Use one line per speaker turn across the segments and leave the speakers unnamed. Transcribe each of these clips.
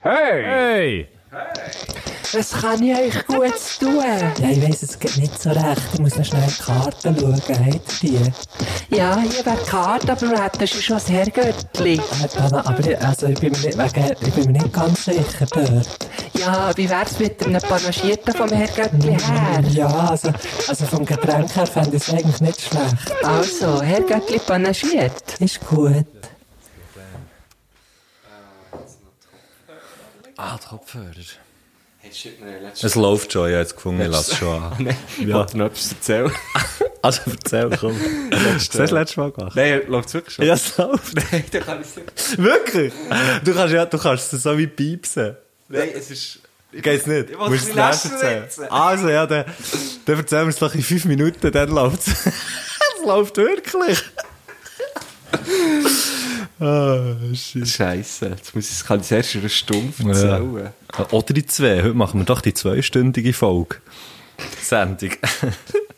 Hey!
Hey!
Was kann ich euch Gutes tun?
Ja, ich weiss, es geht nicht so recht. Ich muss noch schnell in die Karten schauen. Habt ihr die?
Ja, hier wäre die Karte, aber wer hat das ist schon das Herrgöttli.
Äh, Dana, aber ich, also, ich, bin mir nicht, wegen, ich bin mir nicht ganz sicher dort.
Ja, wie wär's mit einem Panagierten vom Herrgöttli her?
Ja, also, also vom Getränk her fände ich es eigentlich nicht schlecht.
Also, Herrgöttli panagiert.
Ist gut.
Ah, Kopfhörer.
Es läuft schon, ich habe es gefunden, ich lasse es schon an.
Nein, ich
Ja.
wollte noch etwas erzählen.
Also erzähl, komm. Hast du das letzte Mal gemacht?
Nein, läuft es wirklich schon?
Ja, es läuft.
Nein, dann kann ich es nicht.
Wirklich? Du kannst, ja, du kannst es so wie piepsen.
Nein, es ist...
Geht's nicht?
Ich wollte
Musst
es
du
ein
es
bisschen
nicht
länger
erzählen? Also, ja, dann, dann erzählen wir es doch in fünf Minuten, dann läuft es. es läuft wirklich. Ah, shit.
Scheiße, jetzt muss ich es kann ich es erst in einer Stunde erzählen.
Oder die zwei. Heute machen wir doch die zweistündige Folge. Sendung.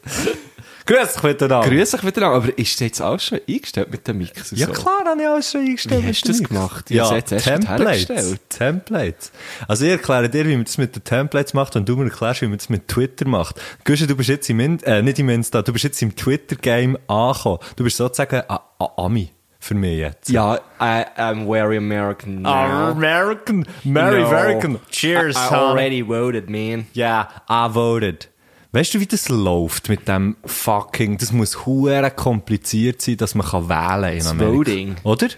Grüß dich miteinander.
Grüß euch wieder an, aber ist das jetzt auch schon eingestellt mit dem Mix? und
Ja
so?
klar, habe ich alles schon eingestellt.
Wie hast
mit
du das
dem Mix.
gemacht? Ich
Ja,
hab's jetzt erst
Templates.
hergestellt.
Templates. Also ich erkläre dir, wie man das mit den Templates macht und du mir erklärst, wie man das mit Twitter macht. Güsche, du bist jetzt im, In äh, nicht im Insta, du bist jetzt im Twitter-Game angekommen. Du bist sozusagen ein ein Ami für mich jetzt.
Ja, I, I'm very American now.
American, Mary
No.
American. Cheers,
I, I
Ah, son.
already voted, man.
Ja, yeah, I voted. Weißt du, wie das läuft mit dem fucking, das muss hure kompliziert sein, dass man kann wählen in Amerika.
Voting.
Oder?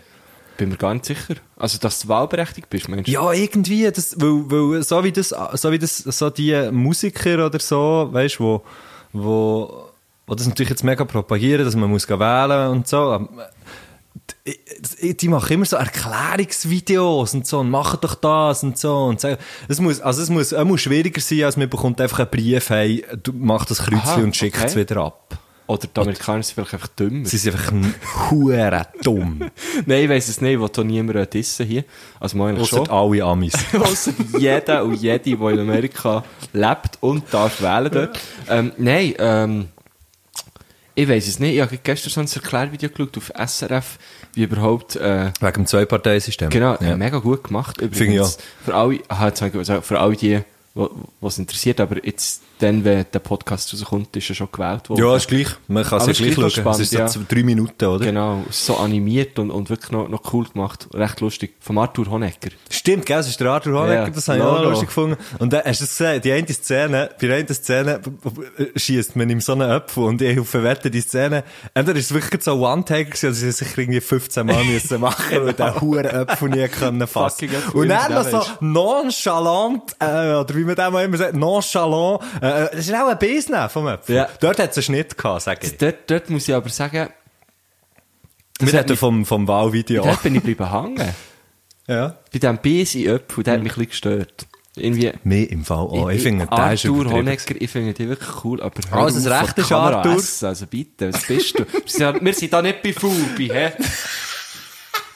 Bin mir gar nicht sicher. Also, dass du wahlberechtigt bist, meinst du?
Ja, irgendwie, das, weil, weil, so wie das, so wie das, so die Musiker oder so, weißt du, wo, wo, wo das natürlich jetzt mega propagieren, dass man muss gehen wählen und so. aber, äh, Die, die machen immer so Erklärungsvideos und so und machen doch das und so und so. Es muss, also es muss, es muss schwieriger sein, als man bekommt einfach einen Brief, hey, du mach das Kreuzchen
Aha,
und schickt es
okay.
wieder ab.
Oder die Amerikaner sind vielleicht einfach dümmer.
Sie sind einfach ein Huren dumm.
Nein, ich weiss es nicht, ich will hier niemanden dissen hier. Also, mal eigentlich schon.
Ausser alle Amis.
Ausser jeder und jede, der in Amerika lebt und darf wählen dort. Ähm, nein, ähm, ich weiss es nicht. Ich habe gestern so ein Erklärvideo geschaut auf SRF, wie überhaupt... Äh,
Wegen dem Zwei-Parteien-System.
Genau,
Ja.
mega gut gemacht. Übrigens,
Finde ich auch.
Für alle, aha, jetzt habe ich gesagt, für alle die, was interessiert, aber jetzt, dann, wenn der Podcast rauskommt, ist er schon gewählt worden.
Ja, ist gleich. Man kann es
Aber
ja
ist
gleich
gleich
schauen.
noch
es ist so
spannend,
z- drei Minuten, oder?
Genau, so animiert und, und wirklich noch, noch cool gemacht. Recht lustig. Von Arthur Honegger.
Stimmt, gell? Es ist der Arthur Honecker,
Ja,
das habe ich auch
Lolo.
lustig gefunden. Und dann hast du es gesehen, die eine Szene, bei der einen Szene schießt man ihm so einen Apfel und ich hoffe, wette, die Szene, entweder ist es wirklich so ein One-Taker gewesen, also sie sich irgendwie 15 Mal müssen machen, weil der Huren Apfel nie können fassen.
Fucking Apfel,
Und
wie
dann
man
noch
dem
so
ist.
nonchalant, äh, oder wie man dem auch immer sagt, nonchalant, äh, das ist auch ein Besen vom Apfel.
Ja.
Dort hat es einen Schnitt gehabt, sage ich.
Dort, dort muss ich aber sagen,
Wir
hat
hatten
mich-
vom, vom Wahlvideo.
dort bin ich geblieben hängen.
Ja.
Bei diesem Biss in Öpfel, der hat mich ein bisschen gestört. Irgendwie.
Mir im Fall auch. Mhm. Oh, Ich, finde, der ist
Arthur
übertrieben.
Honegger, ich finde die wirklich cool, aber hör
Alles
auf,
recht
vor die
ist,
Kamera
Arthur.
essen. Also bitte, was bist du? wir, sind, ja- wir sind da nicht bei Fubi, hä?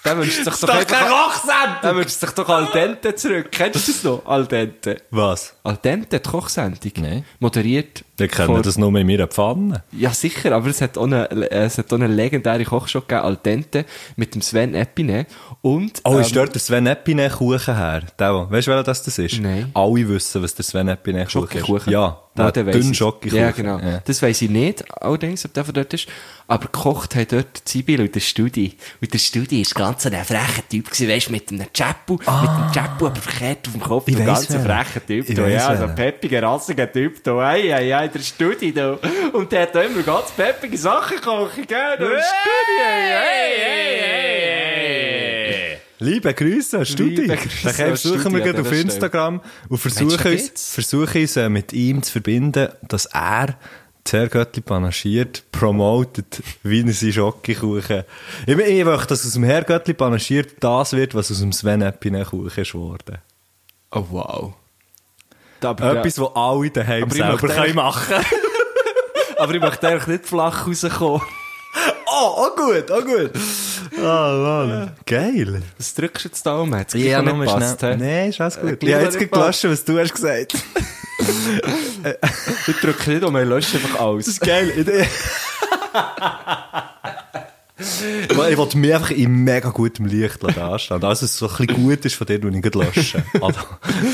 Der wünscht sich doch einfach... Der wünscht sich doch Al Dente zurück. Kennst du das noch? Al Dente.
Was?
Al Dente, die Kochsendung.
Nein.
Moderiert.
Wir
von-
kennen das nur in meiner Pfanne.
Ja, sicher, aber es hat auch eine, äh, es hat auch eine legendäre Kochshow gegeben, Al Dente, mit dem Sven Epine. Und,
Oh, ist
ähm,
dort der Sven Epine Kuchen her? Der, der- weißt du, welcher das das ist?
Nein.
Alle wissen, was der Sven Epine Kuchen ist.
Schokokuchen.
Ja,
Mal,
der
dann weiss
dünne
ich's.
Schokokuchen.
Ja, genau.
Ja.
Das weiss ich nicht, allerdings, ob der von dort ist. Aber gekocht hat dort Sibyl und der Studi. Und der Studi ist ganz ein frecher Typ gewesen, weisst, mit einem Chapu, mit einem Chapu, aber verkehrt auf dem Kopf.
Ich
ein
weiss
ganz ein
wer.
frecher Typ,
Ich
da,
weiss
ja, so
wer.
ein peppiger, rassiger Typ, da, ei, ei, ei, der Studi, da. Und der hat da immer ganz peppige Sachen gekocht, gell, der Studi, ei, ei, ei, ei.
Liebe Grüße, an Studi.
Liebe
Liebe
Grüße
Grüße,
an
versuchen
Studi,
wir
an
gerade auf
dieser
Instagram und
Mensch,
versuchen uns,
geht's?
versuchen uns äh, mit ihm zu verbinden, dass er sehr Göttli panaschiert, promotet, wie er seinen Schokokuchen. Ich, ich möchte, dass aus dem Herr Göttli panaschiert das wird, was aus dem Sven Epine Kuchen ist worden.
Oh, wow. Da, aber der-
Etwas, was alle daheim
Aber ich
selber
möchte-
können machen
aber ich möchte eigentlich nicht flach rauskommen.
Oh, oh gut, oh gut. Oh Mann, geil.
Was drückst du jetzt da um? Hat's gleich noch nicht gepasst, hä?
Nein, ist alles gut.
gleich
Ich habe
noch
jetzt
nicht
gerade gelöscht, was du hast gesagt.
Ich drücke nicht um, ich lösche einfach alles.
Das ist geil. Ich- Ich wollte mich einfach in mega gutem Licht anstehen. Alles, was so ein bisschen gut ist von dir, würde ich gleich löschen. Also,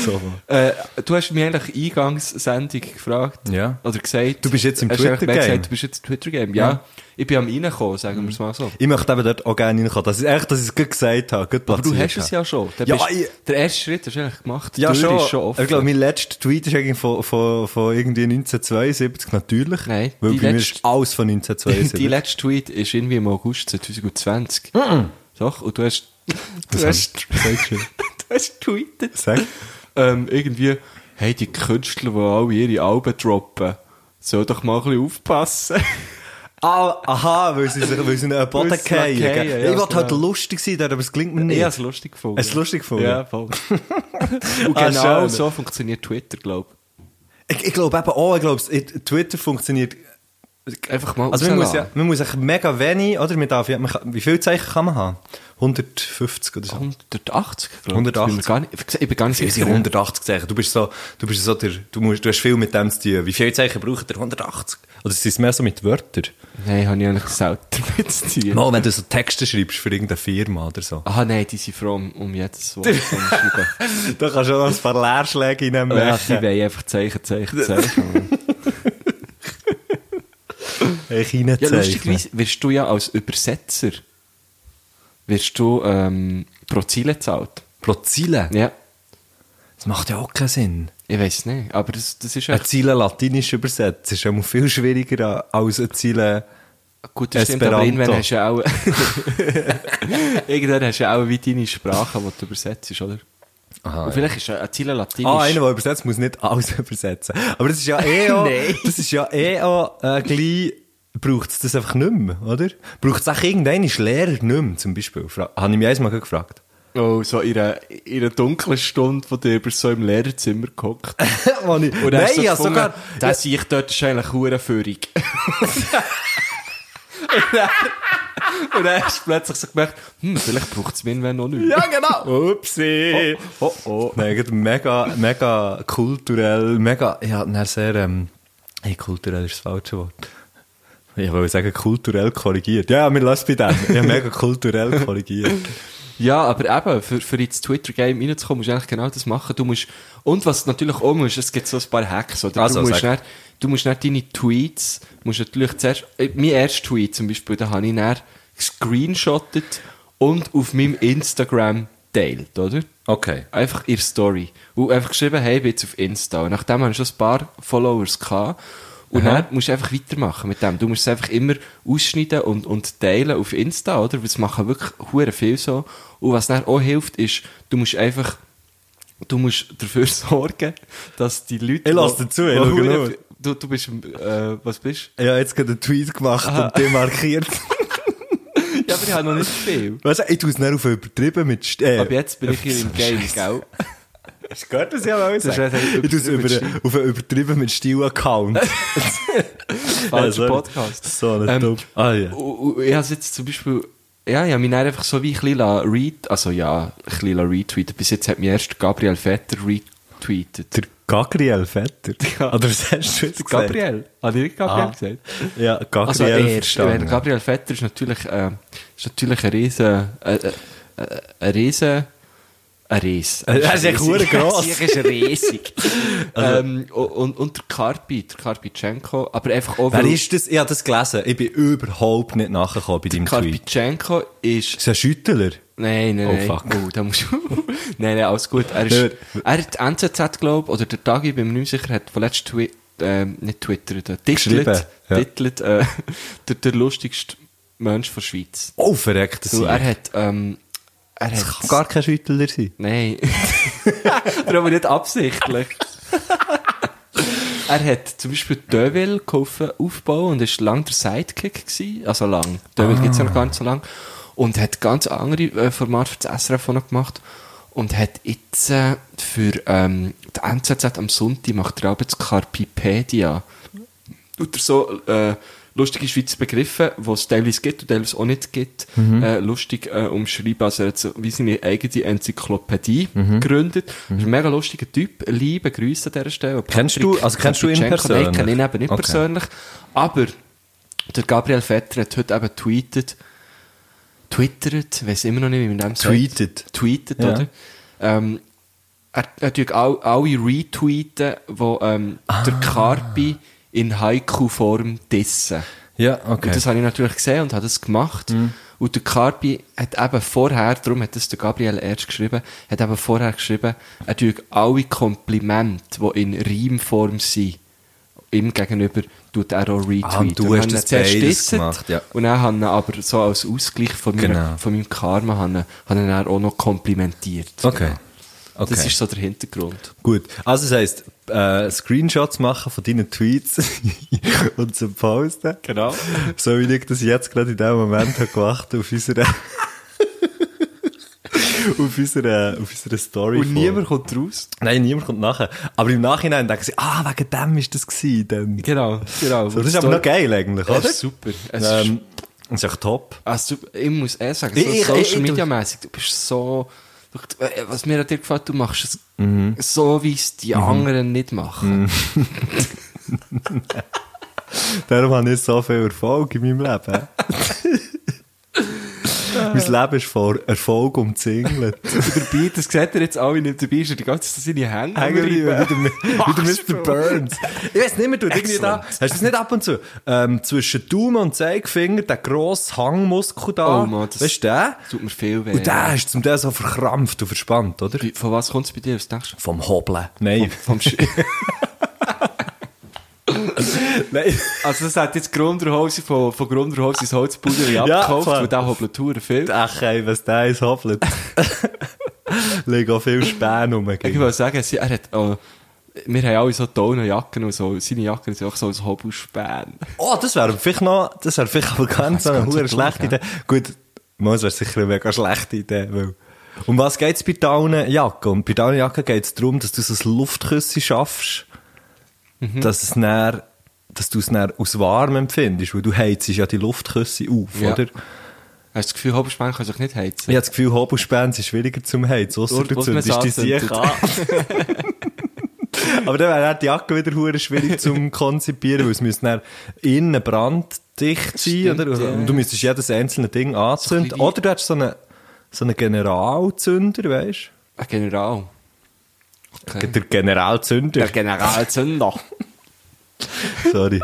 so.
Äh, du hast mich eigentlich Eingangssendung gefragt.
Ja.
Oder gesagt.
Du bist jetzt im
hast eigentlich mehr
Twitter-Game. Mhm.
gesagt, Du bist jetzt im Twitter-Game. Ja. Ich bin am reinkommen, sagen wir es mal so.
Ich möchte eben dort auch gerne reinkommen. Das ist echt, dass ich es gut gesagt habe. Gut
Aber du
platziert
hast es
habe.
ja schon. Dann
Ja,
bist,
ich-
der erste Schritt hast du eigentlich gemacht. Die
Ja,
Tür
schon.
ist schon offen.
Ich glaube, mein letzter Tweet ist eigentlich von, von, von irgendwie 1972, natürlich.
Nein,
Weil
die
bei mir
letzte-
ist alles von
Die,
1972.
die letzte Tweet ist irgendwie im August 2020. Doch, und du hast, du hast,
letzte.
du hast tweetet.
Sag.
Ähm, irgendwie, hey, die Künstler, die alle ihre Alben droppen, sollen doch mal ein bisschen aufpassen.
Ah, aha, weil sie sich weil sie in einen Boden
Weil sie
fallen.
fallen,
gell?
ja,
ich wollte halt
genau.
lustig sein, dort, aber es klingt mir nicht.
Ich habe es lustig gefunden.
Hast du es lustig gefunden?
Ja, voll. Und
Ah,
genau
schön.
so funktioniert Twitter, glaube
Ich, ich glaube eben auch, ich glaube, es- Twitter funktioniert.
ich. Einfach mal
Also man muss, ja,
rauslassen.
man muss echt mega wenig, oder? Man darf, ja- man kann, wie viele Zeichen kann man haben? 150 oder so.
180, glaube ich. Ich
180.
bin mir gar nicht, ich bin gar nicht
Sie sind
sicher.
180 Zeichen. Du bist so, du bist so der, du musst, du hast viel mit dem zu tun. Wie viele Zeichen braucht der? 180? Oder sind es mehr so mit Wörtern?
Nein, habe ich eigentlich selten mitzuziehen.
Mal, wenn du so Texte schreibst für irgendeine Firma oder so.
Aha, nein, die sind froh um, um jedes Wort zu schreiben.
Da kannst du auch noch ein paar Leerschläge
Ach, die
reinmachen.
wollen einfach Zeichen, Zeichen, Zeichen.
Ich
ja,
reinzeichnen.
lustigerweise wirst du ja als Übersetzer wirst du ähm, pro Ziele gezahlt.
Pro Ziele?
Ja,
Das macht ja auch keinen Sinn.
ich weiß nicht, aber das, das ist
Ein
echt
Ziele latinisch übersetzt ist ja mal viel schwieriger als ein Ziele...
gut. Das stimmt, aber
Esperanto.
irgendwann hast du ja auch irgendwann hast du ja auch wie deine Sprache, die du übersetzt, oder?
Aha,
Und vielleicht ist ja ein Ziele Latinisch.
Ah, einer, der übersetzt, muss nicht alles übersetzen. Aber das ist ja eh auch,
Nein.
das ist ja eh auch, äh, gleich, braucht es das einfach nicht mehr, oder? Braucht es auch irgendeinen Lehrer nicht mehr, zum Beispiel? Fra Habe ich mich einmal gefragt.
Oh, so in einer, in einer dunklen Stunde, wo du bist so im Lehrerzimmer gehockt.
Wo ich,
Und dann
nein,
hast du so
ich habe
gefunden,
sogar...
den sehe ich dort, ist eigentlich hurenführig. und, dann, und dann hast du plötzlich so gemerkt, hm, vielleicht braucht es mir irgendwann noch nicht.
Ja, genau! Upsi!
Oh, oh.
Nein, gerade mega, mega kulturell, mega, ja, dann sehr, ähm, hey, kulturell ist das falsche Wort. Ich wollte sagen, kulturell korrigiert. Ja, wir lassen es bei dem. Ja, mega kulturell korrigiert.
Ja, aber eben, für, für ins Twitter-Game reinzukommen, musst du eigentlich genau das machen. Du musst, und was du natürlich auch musst, es gibt so ein paar Hacks, oder?
Also,
du, musst
sag.
nicht, du musst nicht deine Tweets, musst natürlich zuerst, äh, mein erster Tweet zum Beispiel, den habe ich dann gescreenshottet und auf meinem Instagram teilt, oder?
Okay.
Einfach ihre Story. Und einfach geschrieben, hey, ich bin jetzt auf Insta. Und nachdem haben schon ein paar Followers gehabt. Und
Aha.
dann musst du einfach weitermachen mit dem. Du musst es einfach immer ausschneiden und, und teilen auf Insta, oder? Weil es machen wirklich hure viel so. Und was dann auch hilft, ist, du musst einfach, du musst dafür sorgen, dass die Leute...
Ich lass
die-
dazu, ich
die
schau
hure
nur.
viel- Du, du bist, äh, was bist
Ich habe jetzt gerade einen Tweet gemacht und den markiert.
du? Ja, aber ich habe noch nicht viel.
Weißt du, ich tue es nicht auf übertrieben mit St äh,
Ab jetzt bin ich hier im Game, gell?
Hast du gehört, was ich habe
Das
gesagt
ist halt
Ich tue es
übertrieben
über,
mit
auf einen übertrieben mit Stil-Account.
Falscher
sorry.
Podcast. Ähm,
So ein dumm. Ah, ja.
Und- und Ich habe jetzt zum Beispiel, ja, ich habe mich dann einfach so wie ein bisschen la- read, also ja, ein bisschen la- retweeten. Bis jetzt hat mir erst Gabriel Vetter retweetet.
Der Gabriel Vetter.
Ja.
Oder was hast du jetzt gesagt?
Gabriel? Habe ich nicht Gabriel
Ah.
gesagt?
Ja, Gabriel
Also er,
verstanden.
wenn Gabriel Vetter ist natürlich, äh, ist natürlich ein riesen, äh, äh, äh, ein riesen, ein Ries.
Er ist echt hure gross.
Er
Also-
ist riesig. ähm, und, und der Karpi, der Karpitschenko, aber einfach auch,
Wer
weil
ist das? Ich habe das gelesen. Ich bin überhaupt nicht nachgekommen bei deinem Tweet.
Karpitschenko ist
Ist das ein Schüttler?
Nein, nein,
Oh,
nein.
fuck.
Oh, da musst du. nein, nein, alles gut. Er, ist,
Hör.
er hat die NZZ, glaube ich, oder der Tagi, ich bin mir nicht mehr sicher, hat von letztem Twi ähm, nicht twittert, äh,
Geschrieben,
titelt,
ja.
titelt äh, der, der lustigste Mensch der Schweiz.
Oh, verreckt das
Du, er
hier.
hat, ähm, er
Das kann
hat,
gar kein Schüttler sein.
nein. Darum nicht absichtlich. er hat zum Beispiel Deville gekauft, aufbauen und ist lang der Sidekick gewesen. Also lang. Deville gibt's ja noch gar nicht so lang. Und hat ganz andere äh, Formate für das SRF auch noch gemacht. Und hat jetzt äh, für ähm, die NZZ am Sonntag macht er auch jetzt Carpipedia. Oder so äh, lustige Schweizer Begriffe, die es teilweise gibt und teilweise auch nicht gibt,
Mhm.
äh, lustig äh, umschreiben. Also er hat so wie seine eigene Enzyklopädie
Mhm.
gegründet. Ist ein mega lustiger Typ. Liebe Grüße an dieser Stelle.
Kennst du- also kennst du ihn
Kapitschenko? Nein,
persönlich?
kenne ihn eben nicht
Okay.
persönlich. Aber der Gabriel Vetter hat heute eben tweetet, twittert, weiß immer noch nicht, wie man dem sagt.
Tweetet.
Tweetet,
Ja.
oder? Ähm, er, er tut all, alle retweeten, wo ähm, der Carpi in Haiku-Form dissen.
Ja, okay. Mhm.
Und das habe ich natürlich gesehen und habe das gemacht. Und der Carpi hat eben vorher, darum hat das der Gabriel erst geschrieben, hat eben vorher geschrieben, er tut alle Komplimente, die in Reimform sind, ihm gegenüber, tut er auch retweeten.
Ah, und du
Und
hast
habe ihn
das
zuerst
beides
gedisst
gemacht, ja.
Und dann habe ich ihn aber so als Ausgleich von, meiner,
Genau.
von meinem Karma habe ich- habe ich ihn dann auch noch komplimentiert.
okay.
Genau.
okay.
Das ist so der Hintergrund.
Gut, also das heisst, äh, Screenshots machen von deinen Tweets und zu posten.
Genau.
So wie ich das jetzt gerade in dem Moment habe gewacht auf unsere, auf unsere, auf unsere Story. vor.
kommt raus.
Nein, niemand kommt nachher. Aber im Nachhinein denken sie, ah, wegen dem ist das gewesen. Dann.
Genau, genau.
So, das ist aber noch geil eigentlich,
Es
oder?
ist super. Es ist
Ähm, das ist echt top.
Also, du- ich muss eh sagen,
Ich-
so
ich- ich-
Social
ich-
Media mäßig, du bist so. du- äh, Was mir an dir gefällt, du machst es so, wie es die anderen nicht machen.
Darum habe ich so viel Erfolg in meinem Leben. mein Leben ist vor Erfolg umzingelt.
Dabei, das seht ihr jetzt alle nicht dabei, ist er die ganze Zeit seine Hände
Hängerli
am
wieder,
Reiben.
wieder Mr. Burns. Ich weiß nicht mehr, du irgendwie da,
Excellent.
hast du das nicht ab und zu? Ähm, zwischen Daumen und Zeigefinger, der grosse Hangmuskel da.
Oh Mann, das-
weißt du den?
Das tut mir viel weh.
Und der ist zum Teil so verkrampft und verspannt, oder?
Wie- Von was kommt es bei dir? Was denkst du?
Vom Hobeln. Nein.
Vom Sch
Nein.
also, das hat jetzt Grunderhose von, von Grunderhose ins Holzpudel
Ja,
abgekauft,
voll.
weil der hobelt Touren viel.
Ach, ey, was der ist hobelt. Liegen auch viel Späne rum.
Ich will sagen, sie, er hat, äh, wir haben alle so tolle Jacken und so. Seine Jacken sind auch so ein Hobelspan.
Oh, das wäre vielleicht noch, das wäre vielleicht aber ganz
Das
eine
ganz
hure
so dumm,
schlechte
gell?
Idee. Gut, das wäre sicher eine mega schlechte Idee, weil. Um was geht's bei Daunenjacke? Und bei Daunenjacke geht's darum, dass du so ein Luftküsse schaffst,
Mhm.
dass es näher, dass du es näher aus warm empfindest, weil du heizst ja die Luftküsse auf,
Ja.
oder?
Hast du das Gefühl, Hobelspan kann sich nicht heizen?
Ich habe das Gefühl, Hobelspenz ist schwieriger zum Heizen, ausser
Dort,
du
wo man
zündest die
es anzündet.
Sieg an. Aber dann wäre dann die Jacke wieder hure schwierig zum konzipieren, weil es müsste dann innen branddicht sein,
Stimmt,
oder? Und
ja.
du müsstest jedes einzelne Ding anzünden.
bisschen wie-
oder du hättest so einen, so einen Generalzünder, weißt
Ein General.
du?
Okay.
Der Generalzünder.
Der Generalzünder.
Sorry.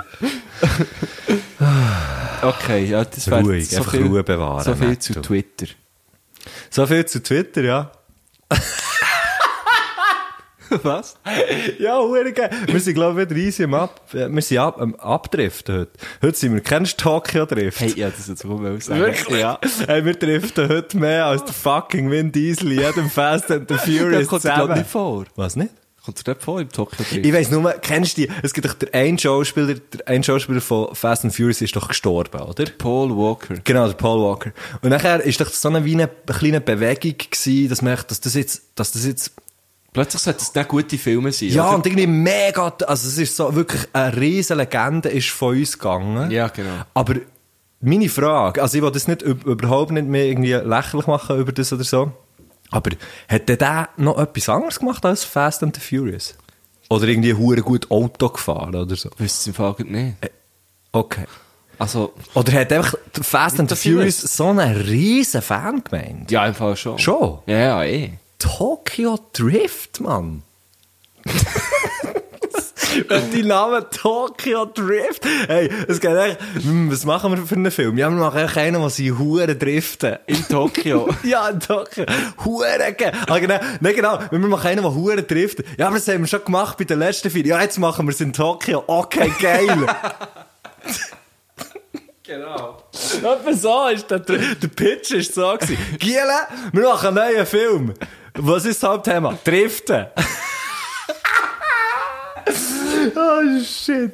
Okay, ja, das wäre
Ruhig,
so
einfach
viel,
Ruhe bewahren,
So viel
Matt,
zu
du.
Twitter.
So viel zu Twitter, ja.
Was?
Ja, hure geil. Wir sind, glaube ich, wieder easy am Ab... äh, Wir sind ab, am Abdriften heute. Heute sind wir... Kennst du Tokio-Drift?
Hey, ja, das jetzt auch mal sagen.
Wirklich?
Ja.
Hey, wir driften heute mehr als der fucking Vin Diesel in jedem Fast and the
Das
Furious
kommt dir, glaub ich,
zusammen.
nicht vor.
Was nicht?
Kommt dir nicht vor im Tokyo
Ich
Drift?
weiss nur, kennst du die? Es gibt doch der ein Schauspieler, der ein Schauspieler von Fast and Furious ist doch gestorben, oder?
Paul Walker.
Genau, der Paul Walker. Und nachher ist doch so eine, wie eine kleine Bewegung gewesen, dass man, echt- dass das jetzt, dass das jetzt,
Plötzlich sollten es nicht gute Filme sein.
ja,
oder?
und irgendwie mega, also es ist so wirklich eine riesen Legende ist von uns gegangen.
Ja, genau.
Aber meine Frage, also ich will das nicht, üb- überhaupt nicht mehr irgendwie lächerlich machen über das oder so, aber hat der da noch etwas anderes gemacht als Fast and the Furious? Oder irgendwie hure gut Auto gefahren oder so?
Wüsste es im Fall gerade nicht.
Okay.
Also,
Oder hat einfach der Fast and the
Nicht, dass ich
Furious so einen riesen Fan gemeint?
ja, im Fall schon.
Schon?
Ja, ja, eh.
Tokyo Drift, Mann. Und die Namen Tokyo Drift. Hey, es geht echt, hm, was machen wir für einen Film? Ja, wir machen echt einen, wo sie Huren driften.
In Tokio.
Ja, in Tokio. Huren, ge- ah, genau. Nein, genau. Wir machen einen, der Huren trifft. Ja, aber das haben wir schon gemacht bei den letzten vier. Ja, jetzt machen wir es in Tokio. Okay, geil.
genau.
Etwa so ist der, der Pitch ist so gewesen. Giele, wir machen einen neuen Film. Was ist das Hauptthema? Driften. oh shit.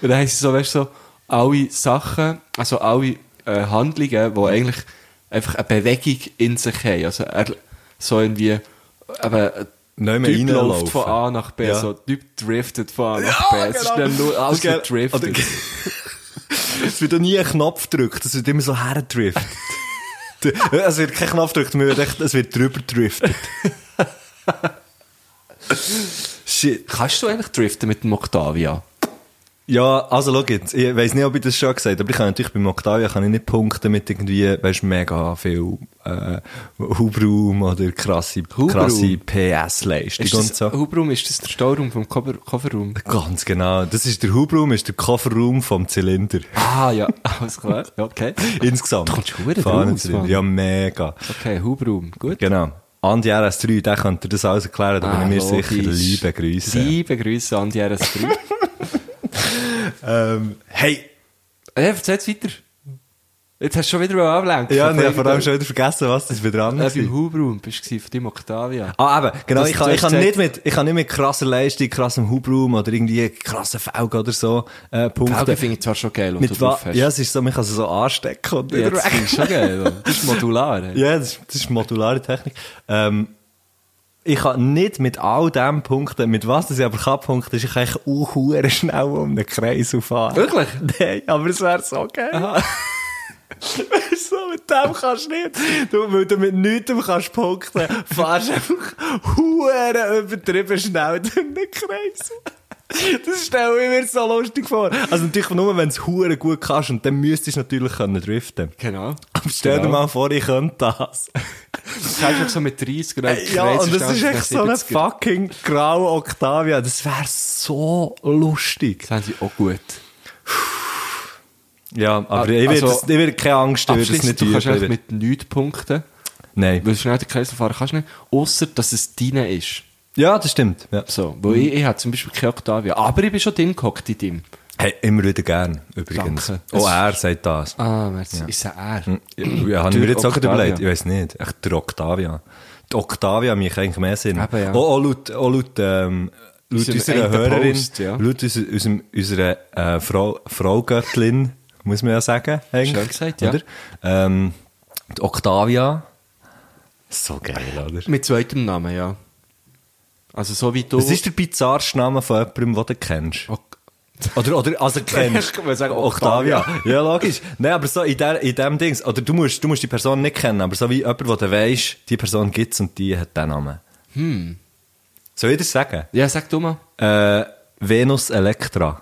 Und dann haben sie so, weißt du, so, alle Sachen, also alle äh, Handlungen, die eigentlich einfach eine Bewegung in sich haben. Also er, so irgendwie, eben, ein
Nicht mehr
Typ läuft
reinlaufen.
von A nach B,
Ja. genau.
so ein Typ driftet von A nach B. Es ist dann nur alles gedriftet.
Es wird auch nie ein Knopf gedrückt, es wird immer so herdriftet. es wird kein Knopf gedrückt, man wird echt- es wird drüber driftet. Shit.
Kannst du eigentlich driften mit dem Octavia?
Ja, also schau jetzt, ich weiss nicht, ob ich das schon gesagt habe, aber ich kann natürlich beim Octavia kann ich nicht punkten mit irgendwie, weißt mega viel äh, Hubraum oder krasse,
Hubraum?
krasse PS-Leistung
Ist
und
das,
so.
Hubraum, ist das der Stauraum vom Cover, Coverraum?
Ganz genau, das ist der Hubraum, ist der Kofferraum vom Zylinder.
Ah, ja, alles klar, ja, okay.
Insgesamt.
Du kommst schon verdammt
Fahren-
raus, Mann.
Ja, mega.
Okay, Hubraum, gut.
Genau. Andi RS3, der könnte das alles erklären, da bin ich mir
Ah, logisch.
sicher. Liebe Grüße.
Liebe Grüße an die RS3.
Ähm, hey!
Hey, erzähl's weiter. Jetzt hast du schon wieder ablenkt.
Ja, ich habe vor allem schon wieder vergessen, was das für dran
Äh,
ist.
beim Hubraum bist du von dem Octavia.
Ah, eben, genau.
Das-
ich, kann,
das
ich, kann
zeigt-
nicht mit, ich kann nicht mit krasser Leistung, krassem Hubraum oder irgendwie krassen Felgen oder so äh,
Ah, Augen
punkten.
finde ich zwar schon geil, was du
Mit wa-
drauf hast.
ja, es ist so, man kann sie so anstecken und wieder
das
weg.
finde ich schon geil. Mann. Das ist modular. ey.
Ja, das, ist- das ist modulare Technik. Ähm, ich kann nicht mit all dem punkten, mit was das ich aber kann punkten, ist ich kann eigentlich auch hure schnell um den Kreis auffahren.
Wirklich?
Nein, aber es wäre so geil. Weißt du, mit dem kannst du nicht. Du, weil du mit nichts kannst punkten, fahrst einfach hure übertrieben schnell durch den Kreis. Das stelle ich mir so lustig vor. Also natürlich nur, wenn du es hure gut kannst und dann müsstest du natürlich können driften
Genau.
aber stell dir
Genau.
mal vor, ich könnte das.
Das kannst du so mit 30 oder
Äh, Ja, und das ist echt so ein
Fuck.
fucking graue Octavia. Das wäre so lustig.
Das haben sie auch gut.
Ja, aber
Also,
ich würde das- ich würde keine Angst, ich würde das
Abschließend,
nicht
du kannst
üben.
einfach mit nichts punkten,
Nein.
weil schnell den Kreis fahren kannst du nicht, ausser dass es deine ist.
Ja, das stimmt. Ja.
So, weil ich, ich habe zum Beispiel keine Octavia, aber ich bin schon drin gehockt in dem.
Hey, immer wieder gern, übrigens.
Danke.
Auch er sagt das.
Ah, merci. Ist ja er.
Ja, habe ich mir
Der
jetzt auch gerade
Octavia.
überlegt. Ich weiß nicht. Echt der Octavia. Die Octavia mich eigentlich mehr Sinn.
Eben, ja.
Auch, auch laut, auch laut, ähm, laut
Unserem
unserer
einen
Hörerin,
Post, ja.
laut unser, unserem, unserer äh, Frau, Frau Göttlin, muss man ja sagen. Eigentlich,
Schön gesagt, ja.
Oder? Ähm, die Octavia. So geil, oder?
Mit zweitem Namen, ja. Also so wie du...
Was ist der bizarrste Name von jemandem, den du kennst?
Ok-
Oder, oder, also kennst
Ich würde sagen,
Octavia. Ja, logisch. Nein, aber so in, der, in dem Dings, oder du musst, du musst die Person nicht kennen, aber so wie jemand, wo du weisst, die Person gibt's und die hat den Namen.
Hm.
Soll ich das sagen?
Ja, sag du mal.
Äh, Venus Electra.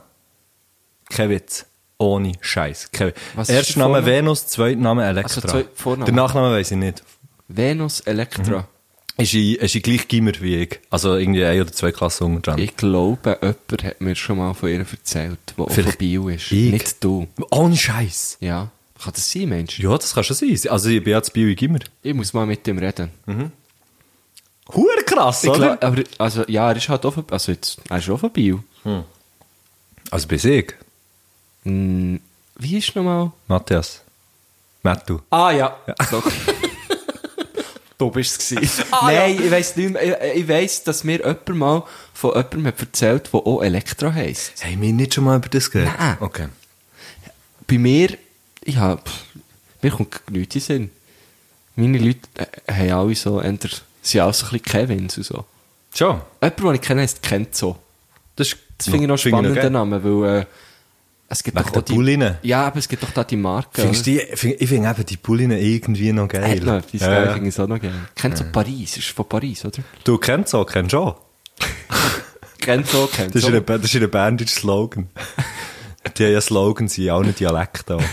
Kein Witz. Ohne Scheiß. Kein
Was ist
Erster
der
Name
Vorname?
Venus, zweiter Name Electra.
Also zwei- Vorname.
Der Nachname weiss ich nicht.
Venus Electra.
Ist in, ist in gleich Gimmer wie ich. Also irgendwie ein oder zwei Klassen unter dran.
Ich glaube, jemand hat mir schon mal von ihr erzählt, der auch von
Vielleicht
Bio ist.
ich?
Nicht du.
Ohne Scheiß.
Ja. Kann das sein, Mensch?
Ja, das kann schon sein. Also ich bin ja zu Bio in Gimmer.
Ich muss mal mit dem reden.
Huer krass,
Ich
oder?
glaub, aber, also, ja, er ist halt auch von, also jetzt, er ist auch von Bio. äh,
Also bis ich,
Hm, wie ist nochmal?
Matthias. Mattu.
Ah, ja. Doch. du bist es gewesen. Nein, ich weiss nicht mehr. Ich, ich weiss, dass mir jemand mal von jemandem hat erzählt, der auch Elektra heisst.
Haben wir nicht schon mal über das geredet?
Nein.
Okay.
bei mir, ich hab, mir kommt nichts in den Sinn. Meine Leute äh, haben alle so, entweder, sind alle so ein bisschen Kevins und so.
Schon.
Jemand, den ich kenne, heißt Kenzo.
Das, ist-
Das finde ich noch
Find
spannender
geil.
Name, weil, äh, es gibt
Wegen
doch
der
auch die...
Pulline.
Ja, aber es gibt doch da die Marke.
Findest du die, find, ich finde eben die Pulline irgendwie noch
Hat
geil.
noch etwas,
Ja,
ja,
ja.
finde ich auch noch geil. Kenzo Paris, ist von Paris, oder?
Du kennst auch, kennst schon.
Kenzo,
Das ist
Kenzo.
ihre, das ist ihre Band, das ist Slogan. Die haben ja Slogans in allen Dialekten. auch.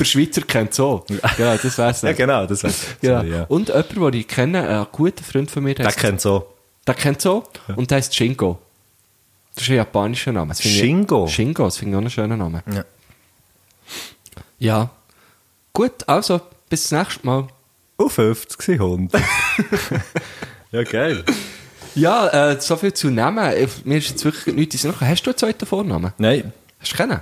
Der Schweizer Kenzo. Ja, das wär's
ja,
nicht.
genau, das heißt.
Ja.
Sorry, ja.
Und jemand, den ich kenne, ein guter Freund von mir,
Der
heisst-
kennt so.
Der kennt so und der heißt Shingo. Das ist ein japanischer Name. Das finde ich-
Shingo?
Shingo, das finde ich auch einen schönen Namen.
Ja.
Ja. Gut, also, bis zum nächsten Mal.
Auf 50 sind Hunde. ja, geil.
Ja, äh, so viel zu Namen. Ich- Mir ist jetzt wirklich nichts in den Sinn gekommen. Hast du einen zweiten Vornamen?
Nein,
Hast du keinen?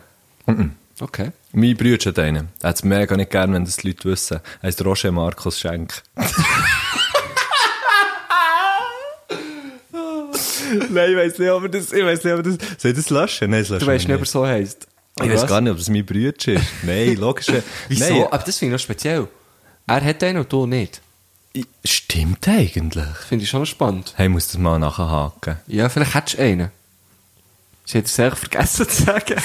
Okay.
mein Bruder hat einen. Er hat es mega nicht gern, wenn das die Leute wissen. Er heißt Roger Markus Schenk. Nein, ich weiß nicht, ob er das. Ich weiß nicht, ob er das. Soll ich das löschen? Nein, das
Du
löschen
weißt
wir
nicht, ob er so heisst.
Ich weiß gar nicht, ob das mein Bruder ist. Nein, logisch.
Wieso?
Nein,
Aber das finde ich noch speziell. Er hat einen und du nicht.
ich- stimmt eigentlich.
Das finde ich schon noch spannend.
Hey, ich muss das mal nachhaken.
Ja, vielleicht hättest du einen. Sie hat es eigentlich vergessen zu sagen.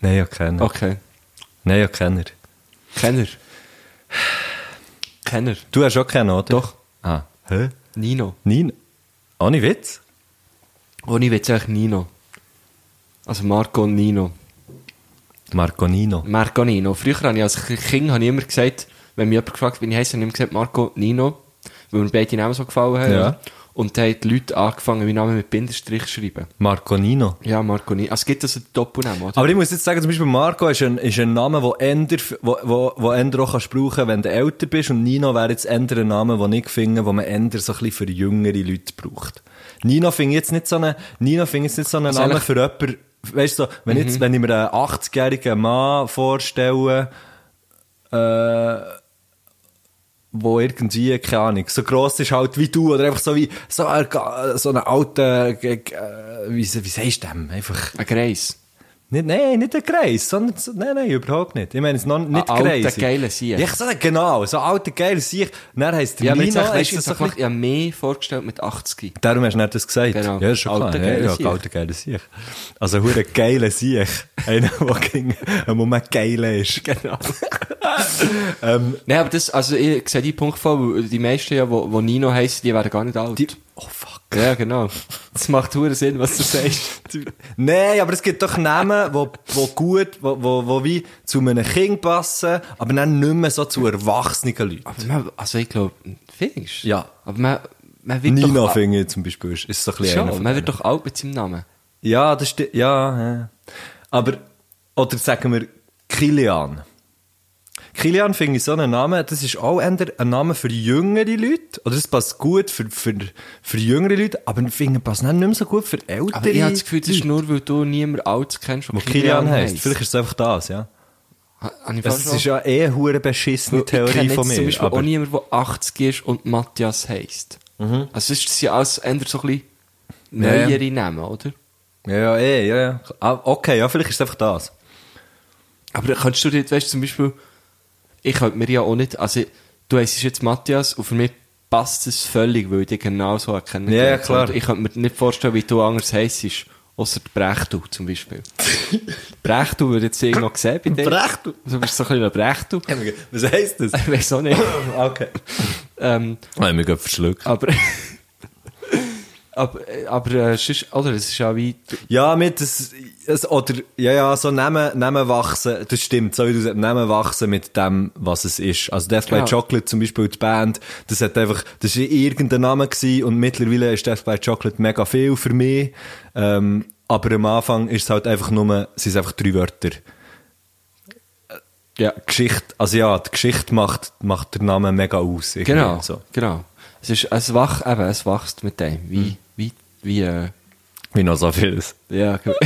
Nein, ja, keiner.
Okay.
Nein, ja, keiner.
Kenner. Kenner.
Du hast auch keinen, oder?
Doch.
Ah. Hä?
Nino.
Nein. Ohne Witz.
Ohne Witz eigentlich Nino. Also Marco und Nino.
Marconino.
Marco Nino. Früher habe ich als Kind habe ich immer gesagt, wenn mich jemand gefragt hat, wie ich heiße, habe ich immer gesagt Marco Nino, weil mir beide Namen so gefallen haben.
Ja.
Und dann haben die Leute angefangen, meinen Namen mit Bindestrich zu schreiben.
Marconino.
Ja, Marco Nino. Also es gibt also einen Doppelnamen, oder?
Aber ich muss jetzt sagen, zum Beispiel Marco ist ein, ist ein Name, wo änder, wo, wo, wo änder auch kannst brauchen, wenn du älter bist. Und Nino wäre jetzt änder ein Name, den ich finde, wo man änder so ein bisschen für jüngere Leute braucht. Nino finde ich jetzt nicht so einen, Nino finde ich jetzt nicht so einen
Also
Namen
eigentlich- Mhm.
für jemanden, weißt du, so, wenn jetzt, wenn ich mir einen 80-jährigen Mann vorstelle, äh, wo irgendwie, keine Ahnung, so gross ist halt wie du, oder einfach so wie, so ein, so ein alter, äh, wie, wie sagst du dem? Einfach,
Ein Greis.
nicht, nein, nicht ein Kreis, sondern, so- nein, nein, überhaupt nicht. Ich meine, es ist noch
Ein
nicht
alter,
Kreis.
geiler Sieg.
Ja, so, genau, so alter, geiler Sieg. Dann heisst der
Ja, aber
Nino,
jetzt habe ich
ist das
letztens
so ein
gemacht,
bisschen,
ich habe mehr vorgestellt mit 80.
darum hast du nicht das gesagt.
Genau.
dus Ja, ist schon
Alter,
klar.
geiler
Ja,
Sieg.
ja, alter, geiler Sieg. Also, hure geiler Sieg. Einer, der gegen einen Moment geiler ist.
Genau. Nein, aber das, also ich sehe die Punkt vor, weil die meisten ja, wo, wo Nino heissen, die werden gar nicht alt.
Die, oh fuck.
Ja, genau. Das macht hohen Sinn, was du sagst.
Nein, aber es gibt doch Namen, die wo, wo gut, wo, wo, wo wie zu einem Kind passen, aber dann nicht mehr so zu erwachsenen Leuten.
Aber man, also ich glaube, findest du?
Ja.
Aber man, man wird
Nino,
doch...
finde ich zum Beispiel, ist, ist so ein bisschen
Schon,
einer von
man
denen.
wird doch alt mit seinem Namen.
Ja, das stimmt. Ja, ja. Aber, oder sagen wir Kilian. Kilian finde ich so einen Namen, das ist auch eher ein Name für jüngere Leute. Oder es passt gut für, für, für jüngere Leute, aber ich finde, passt nicht mehr so gut für ältere
Aber ich habe das Gefühl, das ist
Leute,
nur, weil du niemand Altes kennst,
wo Kilian heisst. Vielleicht ist es einfach das, ja. Das ist ja eh eine hure beschissene Theorie von
zum
mir.
Beispiel
Aber
auch niemand, der 80 ist und Matthias heisst. Also es ist ja alles eher so ein bisschen
Mhm. Ja.
neuere Namen, oder?
ja, ja, eh, ja, ja. Ah, Okay, ja, vielleicht ist es einfach das.
Aber kannst du dir, jetzt, weißt du, zum Beispiel, ich könnte mir ja auch nicht, also du heisst jetzt Matthias und für mich passt es völlig, weil ich dich genau so erkenne.
Ja, ja, klar.
Ich könnte mir nicht vorstellen, wie du anders heisst, außer Brechtu zum Beispiel. Brechtu würde ich jetzt irgendwo sehen bei dir.
Brechtu?
Du bist so ein kleiner Brechtu.
Was heisst das?
Ich weiß auch nicht.
Okay.
ähm,
Ich habe mich gerade verschluckt.
aber, aber, aber, äh, sonst, oder, es ist ja wie,
Ja, mit das, es, oder, ja, ja, so Namen, Namen wachsen, das stimmt, so wie du sagst, Namen wachsen mit dem, was es ist. Also Death by
Genau.
Chocolate zum Beispiel, die Band, das hat einfach, das war irgendein Name gewesen und mittlerweile ist Death by Chocolate mega viel für mich, ähm, aber am Anfang ist es halt einfach nur, es sind einfach drei Wörter.
ja.
Geschichte, also ja, die Geschichte macht, macht den Namen mega aus. irgendwie
Genau,
So.
genau. Es ist, es wach, eben, es wachst mit dem, wie,
Mhm.
wie, wie, äh,
Wie noch so vieles.
Ja, genau.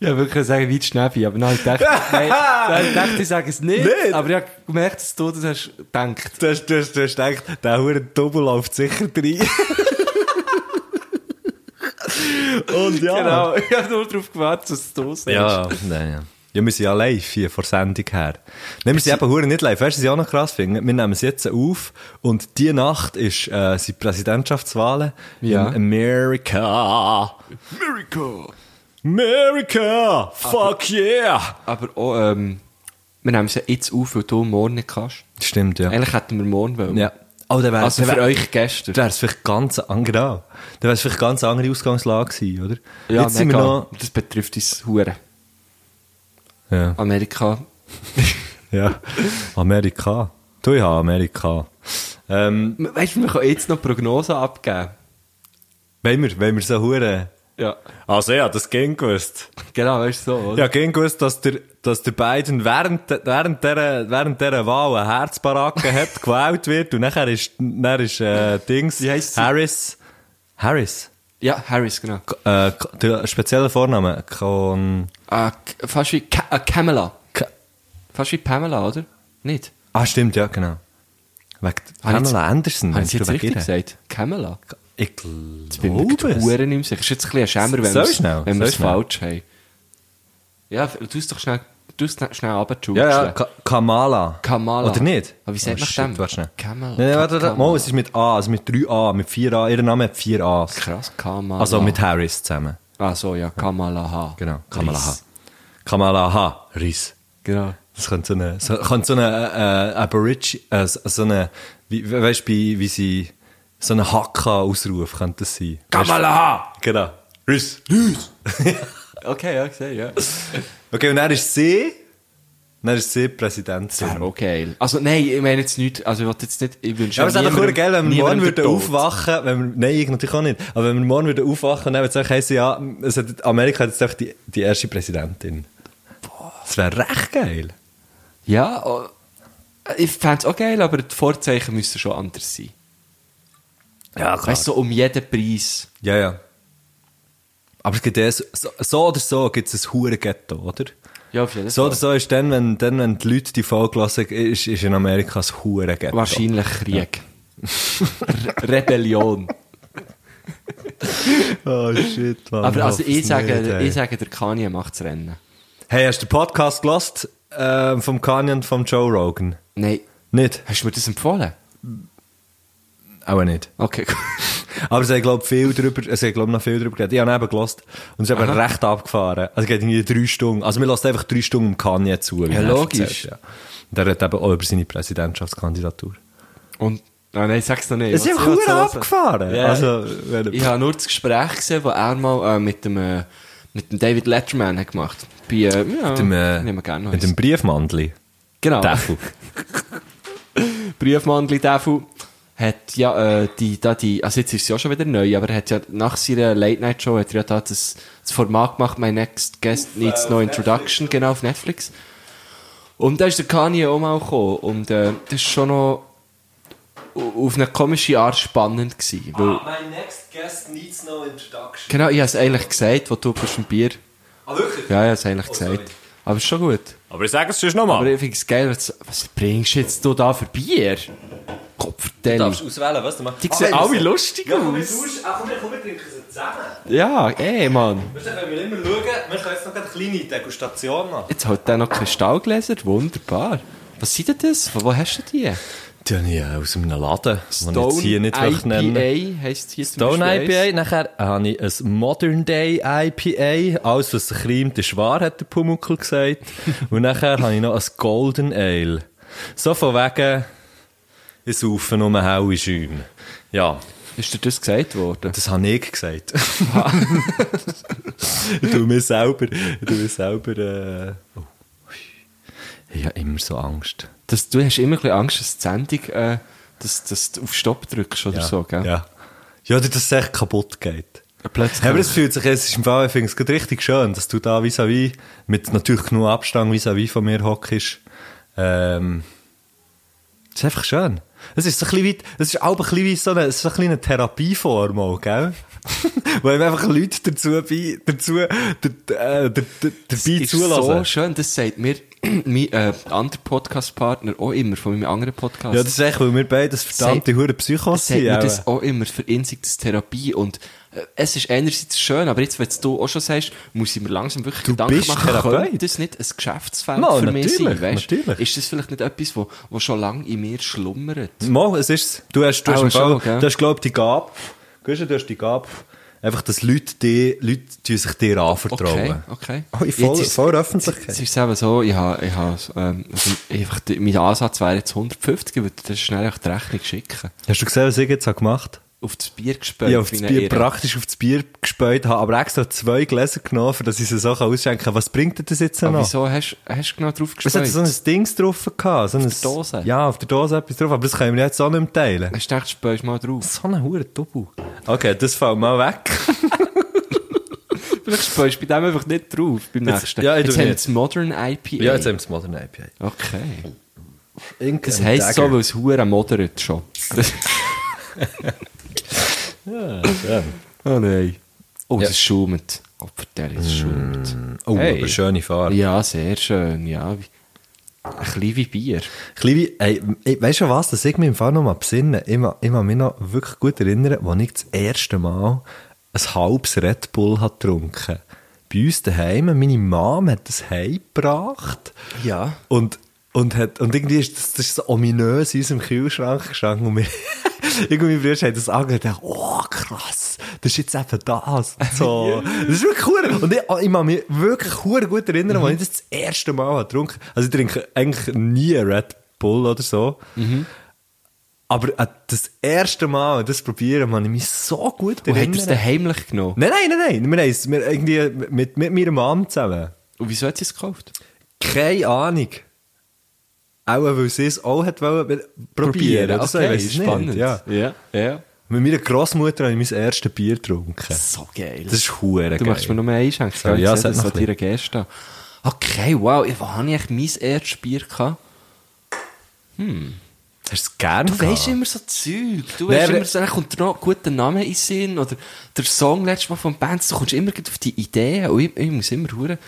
Ja, wirklich sagen, wie die Schnäppi, aber nein, ich dachte, nein, nein, ich dachte, ich sage es nicht,
Nicht?
aber ich habe gemerkt, dass du das hast gedacht.
Du hast, du hast, du hast gedacht, der Huren Double läuft sicher drin. und ja.
Genau, ich habe nur darauf gewartet, dass du es sagst.
Ja, nein, ja. Ja, wir sind ja live hier vor Sendung her. Nehmen wir sie eben hure nicht live. Weißt du, was ich auch noch krass finde? Wir nehmen es jetzt auf und diese Nacht ist, äh, sind Präsidentschaftswahlen
Ja.
in America. America! Fuck yeah!
Aber auch, ähm, wir nehmen es ja jetzt auf, weil du morgen nicht kannst.
Stimmt, ja.
Eigentlich hätten wir morgen wollen.
ja. Oh, dann wär,
Also
dann
für
wär,
euch gestern.
Dann wäre es vielleicht ganz, an- genau. Dann wäre es vielleicht ganz andere Ausgangslage gewesen, oder?
Ja,
jetzt sind wir
mega.
noch,
Das betrifft uns Huren.
ja.
Amerika.
ja. Amerika. Du, ja, Amerika. Ähm,
Weißt du, wir können jetzt noch Prognosen abgeben.
wollen wir, wollen wir so hure
Ja.
Also ja, das ging gewusst.
Genau, weißt du so, oder?
Ja, ging gewusst, dass der, dass der Biden während, während dieser, während dieser Wahl eine Herzbaracke hat, gewählt wird und nachher ist, nachher ist, äh, Dings,
Wie heisst sie?
Harris, Harris,
ja Harris, genau.
K- äh, K- der spezielle Vorname, Con,
Ah, K- fast wie Ka ah, Kamala.
K-
Fast wie Pamela, oder? Nicht?
ah, stimmt, ja, genau.
Habe
Wegen
ich
Pamela
jetzt-
Anderson.
Habe ich es jetzt
wegen
richtig
ihr.
gesagt? Kamala?
Ich
Bin mir
glaube
gerade
es.
Huren im Sicht. Ist jetzt ein bisschen ein Schämer, wenn
So
wir's-
schnell,
wenn wir
so
es
schnell.
falsch haben. Ja, f- du es doch schnell, du es schnell runter,
Ja, ja, Ka Kamala.
Kamala.
Oder nicht? Oh,
Aber wie sagt man dem?
Warte schnell.
Kamala.
Nein, nein, warte, warte.
Kamala.
Mal, es ist mit A, es ist mit 3A, mit 4A. Ihr Name hat 4 A's.
Krass, Kamala.
Also mit Harris zusammen.
Ah, so, ja, Kamala H.
Genau. Kamala
Riss.
H. Kamala H. Riss.
Genau.
Das könnte so eine, so, könnte so eine äh, Aborigine, äh, so eine, wie, we- weißt du, wie, wie sie, so eine Hakka-Ausruf könnte das sein.
Kamala!
Genau. Rüss.
Okay, ja, gesehen, ja.
Okay, und dann ist sie, dann ist sie Präsidentin.
Wäre okay. Also nein, ich meine jetzt nicht, also ich wollte jetzt nicht, ich wünsche
Ja, aber es wäre doch
niemandem-
cool, geil, wenn wir morgen
niemandem den
würden
Tod.
aufwachen, wenn wir, nein, ich natürlich auch nicht, aber wenn wir morgen würden aufwachen, dann würde es auch heissen, ja, es hat, Amerika hat jetzt einfach die, die erste Präsidentin. Das wäre recht geil.
Ja, oh, ich fände es auch geil, aber die Vorzeichen müssen schon anders sein.
Ja,
Weißt du, so um jeden Preis.
Ja, ja. Aber es gibt ja, so, so oder so gibt es ein hure Ghetto, oder?
Ja, auf jeden
So
Fall.
oder so ist dann, wenn, dann, wenn die Leute die Folge hören, ist, ist in Amerika ein hure Ghetto.
Wahrscheinlich Krieg. Re- Rebellion.
Oh shit, Mann.
aber also
hoffe es
ich sage,
nicht, ey.
ich sage, der Kanye macht's Rennen.
Hey, hast du den Podcast gelost äh, vom Kanye und vom Joe Rogan?
Nein.
Nicht?
Hast du mir das empfohlen?
Auch nicht.
Okay, gut.
Aber es haben, glaube ich, viel drüber, es haben, glaube ich, noch viel drüber geredet. Ich habe ihn eben gelost. Und es ist eben
Aha.
recht abgefahren. Also, es geht irgendwie drei Stunden. Also, wir lassen einfach drei Stunden Kanye zu. wie
Ja,
er
logisch.
erzählt, ja. Und er redet eben auch über seine Präsidentschaftskandidatur.
Und, ah, nein, sag's noch nicht.
Es ist
Ich
einfach
will's- ich
cool
will's hören.
abgefahren.
Ja.
Also, wenn
Ich habe nur das Gespräch gesehen, das er mal äh, mit, dem, äh, mit dem David Letterman hat gemacht Bei, äh, ja,
mit dem, äh,
nehmen wir gerne noch
mit
eins.
dem Briefmandli.
Genau.
Deffel.
Briefmandli Defu hat ja äh, die, da die, also jetzt ist sie auch schon wieder neu, aber er hat ja nach seiner Late-Night-Show hat er ja da das, das Format gemacht, My Next Guest Needs No Introduction, genau, auf Netflix. Und da ist der Kanye auch mal gekommen und äh, das ist schon noch au- auf eine komische Art spannend gewesen, weil,
My next guest needs no introduction.
genau, ich habe es eigentlich gesagt, wo du bist ein Bier,
Ah, wirklich?
ja, ich habe es eigentlich
sorry.
gesagt, aber ist schon gut.
Aber ich sage es schon nochmal.
Aber ich finde es geil, was, was bringst du jetzt du da für Bier? Kopf,
auswählen, was du Ah, machst.
Die sehen alle lustig aus.
komm, komm, wir trinken sie zusammen.
Ja, ey, Mann.
Weißt du, wenn wir immer schauen, wir können jetzt noch eine kleine Degustation machen.
Jetzt hat der noch Kristallgläser, wunderbar. Was sind denn das? Von wo hast du die?
Die habe ich äh, aus einem Laden, den ich jetzt hier nicht möchte nennen
IPA heisst hier zum
Stone
Beispiel eins.
IPA, nachher habe ich ein Modern Day IPA. Alles, was sich reimt, ist wahr, hat der Pumuckl gesagt. Und nachher habe ich noch ein Golden Ale. So von wegen, ich saufe nur helle Schäume. Ja,
Ist dir das gesagt worden?
das habe ich gesagt. ich tue mir selber, ich tue mir selber, äh, oh. ich habe immer so Angst.
Das, du hast immer ein bisschen Angst, dass die Sendung, äh, dass, dass du auf Stopp drückst oder
Ja,
so, gell?
Ja. Ja, oder dass es echt kaputt geht.
Plötzlich.
Ja, aber es fühlt sich, es ist im Fall, ich finde es gerade richtig schön, dass du da vis-à-vis, mit natürlich genug Abstand vis-à-vis von mir hockst. Ähm, es ist einfach schön. Es ist so ein bisschen wie, es ist auch ein bisschen wie so eine, so ein bisschen eine Therapieform auch, gell? Wo einem einfach Leute dazu, bei, dazu, der, äh, der, der, dabei
ist so
zulassen.
schön, das sagt mir mein äh, anderer Podcast-Partner auch immer von meinem anderen Podcast.
ja, das ist echt, weil wir beide das verdammte
Sagt-
Hure Psychos
Das sagt
sind.
mir
auch. äh,
das auch immer, verinsicht das Therapie und äh, es ist einerseits schön, aber jetzt, wenn du auch schon sagst, muss ich mir langsam wirklich Gedanken
bist
machen,
Therapeut.
könnte das nicht ein Geschäftsfeld
No,
für mich sein,
natürlich,
weißt?
natürlich.
Ist das vielleicht nicht etwas, wo, wo schon lange in mir schlummert?
Mo, es ist's. Du hast, du
Auch
hast, im
Ah, oh, schon,
Fall,
gell?
du hast glaube ich, die Gabe, Gusch, du hast die Gabe, einfach, dass Leute, die, Leute die sich dir
Okay,
anvertrauen.
okay.
Oh, in voller-
Jetzt ist-
voller Öffentlichkeit.
Jetzt ist es eben so, ich habe, ich habe, ähm, also einfach, die- mein Ansatz wäre jetzt 150, ich würde das schnell auf die Rechnung schicken.
Hast du gesehen, was ich jetzt habe gemacht
Auf das Bier gespäut.
habe? Ich habe auf das
wie
Bier,
eine Irre.
praktisch auf das Bier gespäut, habe aber extra zwei Gläser genommen, für dass ich sie so kann ausschenken kann. Was bringt dir das jetzt
Aber
noch?
wieso hast, hast du genau drauf
Es hat so
gespäut?
ein Dings drauf gehabt. So auf
der Dose?
Ja, auf der Dose etwas drauf, aber das können wir jetzt auch nicht mehr teilen.
Hast du gedacht, späust mal drauf?
So eine hure Double. Okay, das fällt mal weg.
Vielleicht spürst du bei dem einfach nicht drauf, beim
Jetzt-
nächsten.
ja, ich
jetzt
tu
haben wir
nicht.
das Modern IPA.
wir das Modern IPA.
Okay.
Irgendein
Das heisst so,
Dagger.
weil es Huren moderiert schon. Das,
Ja.
oh nein. Oh,
Ja. Mm.
das schaumt. Oh, verdammt, es schaumt.
Oh,
Hey.
aber schöne Fahrt.
Ja, sehr schön. Ja, wie, ein bisschen wie Bier.
Kleine, ey, ey, weißt du was, das ich mich im Fall noch mal besinnen. Ich mag ich mag mich noch wirklich gut erinnern, als ich das erste Mal ein halbes Red Bull hat getrunken Bei uns daheim, meine Mom hat das heimgebracht.
Ja.
Und, und, hat, und irgendwie ist das, das ist so ominös in unserem Kühlschrank gestanden und wir, Irgendwie früher haben das angehört und dachte, oh krass, das ist jetzt eben das. So. Das ist wirklich cool. Und ich, ich kann mich wirklich hure gut erinnern, als ich das das erste Mal habe getrunken Also ich trinke eigentlich nie Red Bull oder so. Aber an das erste Mal, das probieren, man, ich mich so gut
Und hat er es dann
erinnern.
heimlich genommen?
Nein, nein, nein, nein. Wir haben es wir, irgendwie mit, mit meiner Mom zusammen.
Und wieso hat sie es gekauft?
Keine Ahnung. Auch weil sie es auch hat wollen, be- probieren oder so, ich
okay,
weiss es
spannend.
Nicht, ja.
ja, ja.
Mit meiner Grossmutter habe ich mein erstes Bier getrunken.
So geil.
Das ist hure geil.
Du möchtest mir noch mehr einschenken,
Sorry,
gell?
ja,
Ich sehe das
sag noch
an deiner Geste. Okay, wow. Ich- Wo habe ich eigentlich mein erstes Bier gehabt?
Hast du es gerne
Du weißt immer so Zeug. Du
Nein,
weißt
aber-
immer so, dann kommt noch ein guter Name in den Sinn. Oder der Song letztes Mal von Bands. Du kommst immer gleich auf die Ideen. Und ich, ich muss immer hören.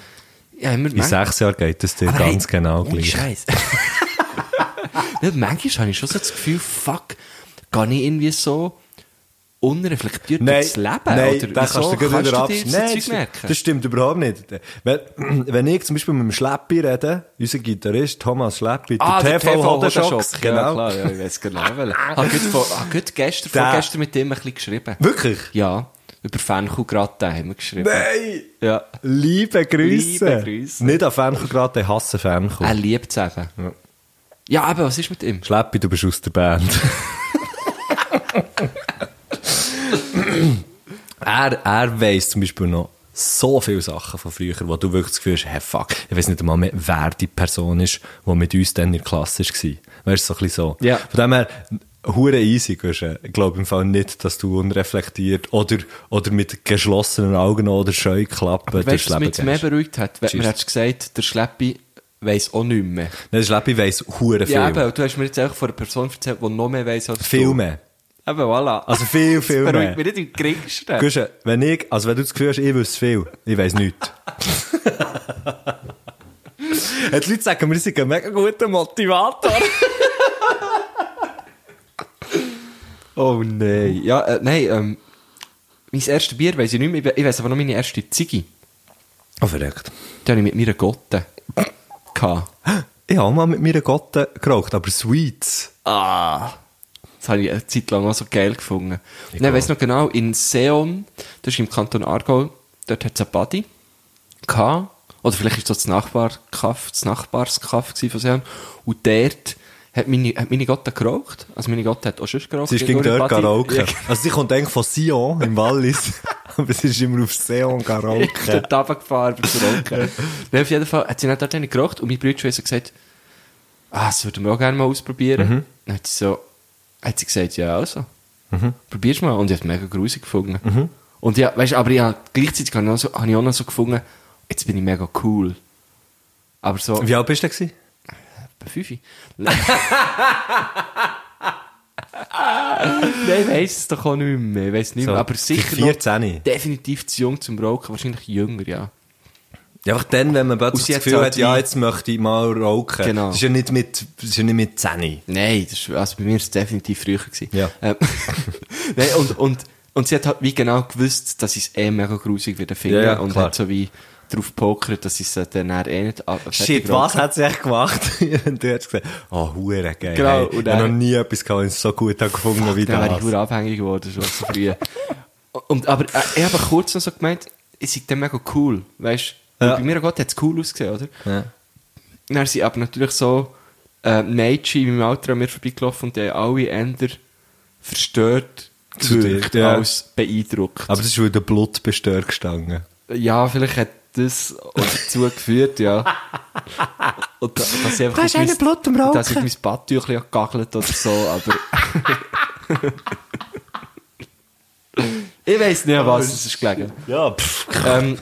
Ja, immer
In sechs Jahren geht es dir ganz genau gleich.
Ah, Oh, Scheiße. manchmal habe ich schon so das Gefühl, fuck, kann ich irgendwie so unreflektiert durchs Leben?
nein,
oder
da kannst
wieso
du dir
kannst
wieder
du dir
abs-
so
Nein,
Zeug
das-
merken?
Das stimmt überhaupt nicht. Wenn, wenn ich zum Beispiel mit dem Schleppi rede, unser Gitarrist Thomas Schleppi,
Ah, der TV
Hodenschocks,
Hodenschock, Ja, klar, ja, ich weiß genau. welchen. Ich habe gerade vor- habe gerade gestern,
Der.
vorgestern mit dem ein bisschen geschrieben.
Wirklich?
Ja, über Fenchel gerade haben wir geschrieben.
Nein!
Ja.
Liebe Grüße!
Liebe Grüße.
Nicht an Fernkohl gerade, ich hasse Fernkohl.
Er liebt es eben. Ja. aber was ist mit ihm?
Schleppi, du bist aus der Band. er, er weiss zum Beispiel noch so viele Sachen von früher, wo du wirklich das Gefühl hast, hey, fuck, ich weiß nicht einmal mehr, wer die Person ist, die mit uns dann in der Klasse war. Weißt du, so ein bisschen so.
Ja.
Von dem her, hure easy, gehst du. Ich glaube im Fall nicht, dass du unreflektiert oder, oder mit geschlossenen Augen oder Scheuklappen
Weißt du, was mich jetzt mehr
gehst.
beruhigt hat? Wenn
Tschüss.
mir hättest gesagt, der Schleppi weiss auch nicht mehr.
Nein, Schleppi weiss hure viel.
Ja, eben, du hast mir jetzt auch von einer Person erzählt, die noch mehr weiss als
viel
du.
mehr.
Eben, voilà.
Also viel, viel
das
mehr.
beruhigt mich nicht im geringsten.
Guschen, wenn ich, also wenn du das Gefühl hast, ich wüsste viel, ich weiss nichts. Ja, Die Leute sagen,
dus
wir sind ein mega guter Motivator.
Oh nein. Ja, äh, nein, ähm, mein erstes Bier weiss ich nicht mehr. Ich we- Ich weiss aber noch meine erste Ziege.
Oh, verrückt.
Die hatte ich mit meiner Gotte. gehabt.
Ich habe auch mal mit meiner Gotte geraucht, aber eh, Sweets.
Ah. Das habe ich eine Zeit lang auch so geil gefunden. Ich
glaub.
weiss noch genau, in Seon, das ist im Kanton Aargau, dort hat es eine Buddy gehabt. Oder vielleicht ist das das Nachbarkaff, das Nachbarskaff gewesen von Seon. Und dort hat meine, hat meine Gotte geraucht. Also meine Gotte hat auch schon geraucht.
Sie ist gegen
Irgendwo in
dort
der Buddy.
gerauchen.
Ja,
Also sie kommt eigentlich von Sion im Wallis, aber sie ist immer auf Sion
Ich bin
gerauchen.
dort runtergefahren, aber zu rauchen. Nein, auf jeden Fall hat sie dann dort eine geraucht und mein Bruder hat so gesagt, ah, das würden wir auch gerne mal ausprobieren. Dann hat sie so, hat sie gesagt, ja, also, probier's mal. Und ich habe mega grusig gefunden. Und ja, weißt, aber ich hab, gleichzeitig habe ich, auch so, habe ich auch noch so gefunden, jetzt bin ich mega cool. Aber so,
Wie alt bist du denn?
bei Fünfi. Nein, ich weiss es doch auch nicht mehr. Ich weiss nicht mehr.
So,
aber sicher
die 14.
noch definitiv zu jung zum Rauchen. Wahrscheinlich jünger, ja.
Ja, einfach dann, wenn
Und
man plötzlich
sie
das
hat
Gefühl
so
hat, ja,
die-
jetzt möchte ich mal rauchen.
Genau.
Das ist ja nicht mit, das ist ja nicht mit 10.
Nein, das ist, also bei mir war es definitiv früher. Gewesen.
Ja.
Ähm, Nein, und, und, und sie hat halt wie genau gewusst, dass ich es eh mega grusig wieder finde
Ja, ja,
und
klar.
hat so wie drauf pokert, dass ich es dann eher eh nicht ab-
Shit,
fertig
was
rauche.
hat sie echt gemacht? und du hast gesagt, oh, hure geil.
Genau,
hey,
und
ich habe
dann-
noch nie etwas gehabt, das ich so gut habe gefunden habe wie
Dann wäre ich
das.
nur abhängig geworden, schon so früh. und, aber äh, ich habe kurz noch so gemeint, ich sei dann mega cool, weißt du?
Ja.
Bei mir, oh Gott, hat es cool ausgesehen, oder?
Ja.
Dann sind aber natürlich so äh, Mädchen in meinem Alter an mir vorbeigelaufen und die haben alle Änder verstört
Zu
gewirkt
dir, ja.
als beeindruckt.
Aber das ist, weil der Blut bestört gestanden.
Ja, vielleicht hat das auch dazu geführt, ja. Und da, dass ich einfach
Da ist
auf mein-
einer Blut am Rauchen.
Dass ich auf mein Badtüchli gegagelt oder so, aber... ich weiss nicht, an was es ist gelegen.
Ja, pfff.
Ähm,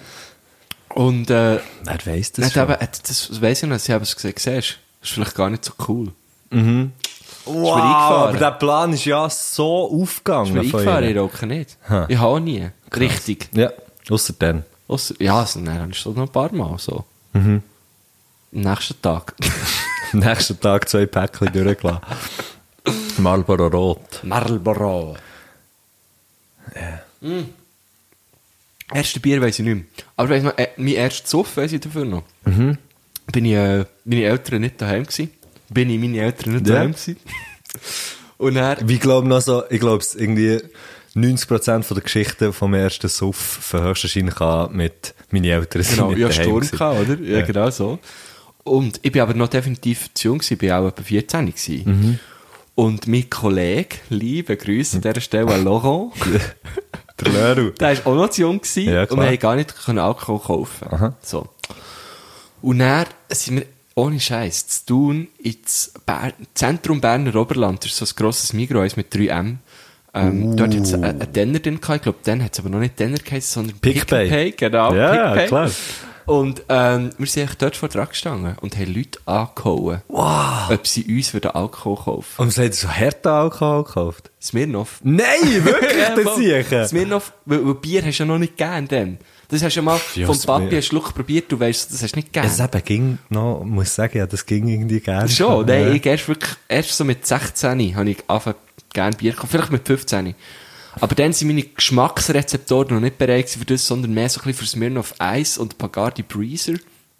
und äh,
Wer weiss das
das,
schon?
eben, äh, das weiss ich noch, sie haben es gesagt, siehst du, ist vielleicht gar nicht so cool.
wow,
eingefahren.
aber der Plan ist ja so aufgegangen.
Ich bin
von ihr.
eingefahren, ich rauche nicht.
Ha.
Ich habe auch nie. Richtig.
Ja, ausser dann.
Ausser, ja, also, dann habe ich schon noch ein paar Mal so.
Mhm.
Am nächsten Tag.
Am nächsten Tag zwei Päckchen durchgelassen. Marlboro Rot.
Marlboro. Ja. Erste Bier weiß ich nicht mehr. Aber weiss noch, äh, mein erstes Suff weiss ich dafür noch.
Mhm.
Bin ich, äh, meine Eltern nicht daheim gewesen. Bin ich meine Eltern nicht
Ja.
daheim gewesen. Und er,
Wie glaube noch so, ich glaube es irgendwie 90% von der Geschichten vom ersten Suff höchstwahrscheinlich an mit meinen Eltern. sind
genau,
nicht
ja,
daheim
Sturm
gewesen.
gehabt, oder? Ja,
Ja.
genau so. Und ich bin aber noch definitiv zu jung, gewesen, ich war auch etwa 14 gewesen.
Mhm.
Und mein Kollege, liebe Grüße an dieser Stelle an Laurent,
Der Leru.
der war auch noch zu jung gewesen
Ja,
und
klar.
wir haben gar nicht können Alkohol kaufen.
Aha.
So. Und dann sind wir ohne Scheiß zu tun ins Ber Zentrum Berner Oberland, das ist so ein grosses Migros mit 3M. Ähm,
Uh.
Dort hat es einen einen Denner drin gehabt. Ich glaube, dann hat es aber noch nicht Denner geheißen, sondern
Pick Pay.
Pay, genau.
Ja,
Pick Pay.
klar.
Und ähm, wir sind echt dort vor dran gestanden und haben Leute angehauen, ob sie uns würden Alkohol kaufen.
Und sie hat so harten Alkohol gekauft.
Smirnoff.
Nein,
Ja,
wirklich,
voll.
der Siechen.
Smirnoff, weil, weil Bier hast du ja noch nicht gegeben dann. Das hast du ja mal
Ja,
vom
Smirnoff.
Papi einen Schluck probiert, du weißt, das hast du nicht
Es
gegeben.
eben ging noch, muss ich sagen, ja, das ging irgendwie gerne.
Schon,
Ja.
nein, ich erst wirklich, erst so mit 16 habe ich angefangen, gerne Bier zu kaufen, vielleicht mit 15. Aber dann sind meine Geschmacksrezeptoren noch nicht bereit gewesen für das, sondern mehr so ein bisschen für Smirnoff Eis und Bacardi Breezer.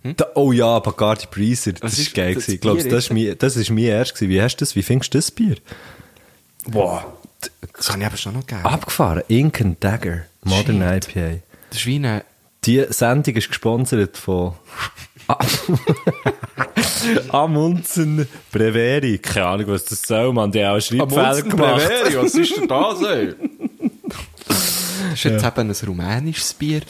Da, oh ja, Bacardi Breezer, das
Was
ist,
ist
geil
das
gewesen. Ich glaube,
Bier
das ist mein, das ist mein erstes gewesen. Wie hast du das, wie findest du das Bier?
Boah. Das habe ich aber schon noch gegeben.
Abgefahren, Ink and Dagger, Modern IPA.
Ah, Das ist wie eine
Die Sendung ist gesponsert von Amundsen Breveri. Keine Ahnung, was das soll, man. Die haben auch Schreibfehler gemacht.
was ist denn das, ey? Das ist jetzt eben ein rumänisches Bier.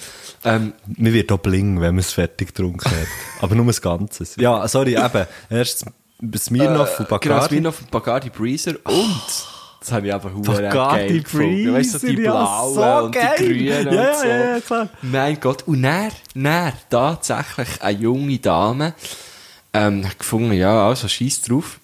Ähm,
Mir wird auch bling, wenn man es fertig getrunken hat. Aber nur das Ganzes. Ja, sorry, eben. Erst Äh, Smirnoff und
Genau, das
Bacardi.
Bier auf dem Bacardi Breezer und das habe ich aber verdammt
Bacardi
geil gefunden. Weißt du, so die
Oh. Breezer, ja,
blauen
so
und
geil.
die grünen
Ja,
und so.
ja, ja, klar.
Mein Gott. Und dann, dann tatsächlich eine junge Dame ähm, hat gefunden, ja, also scheiß drauf.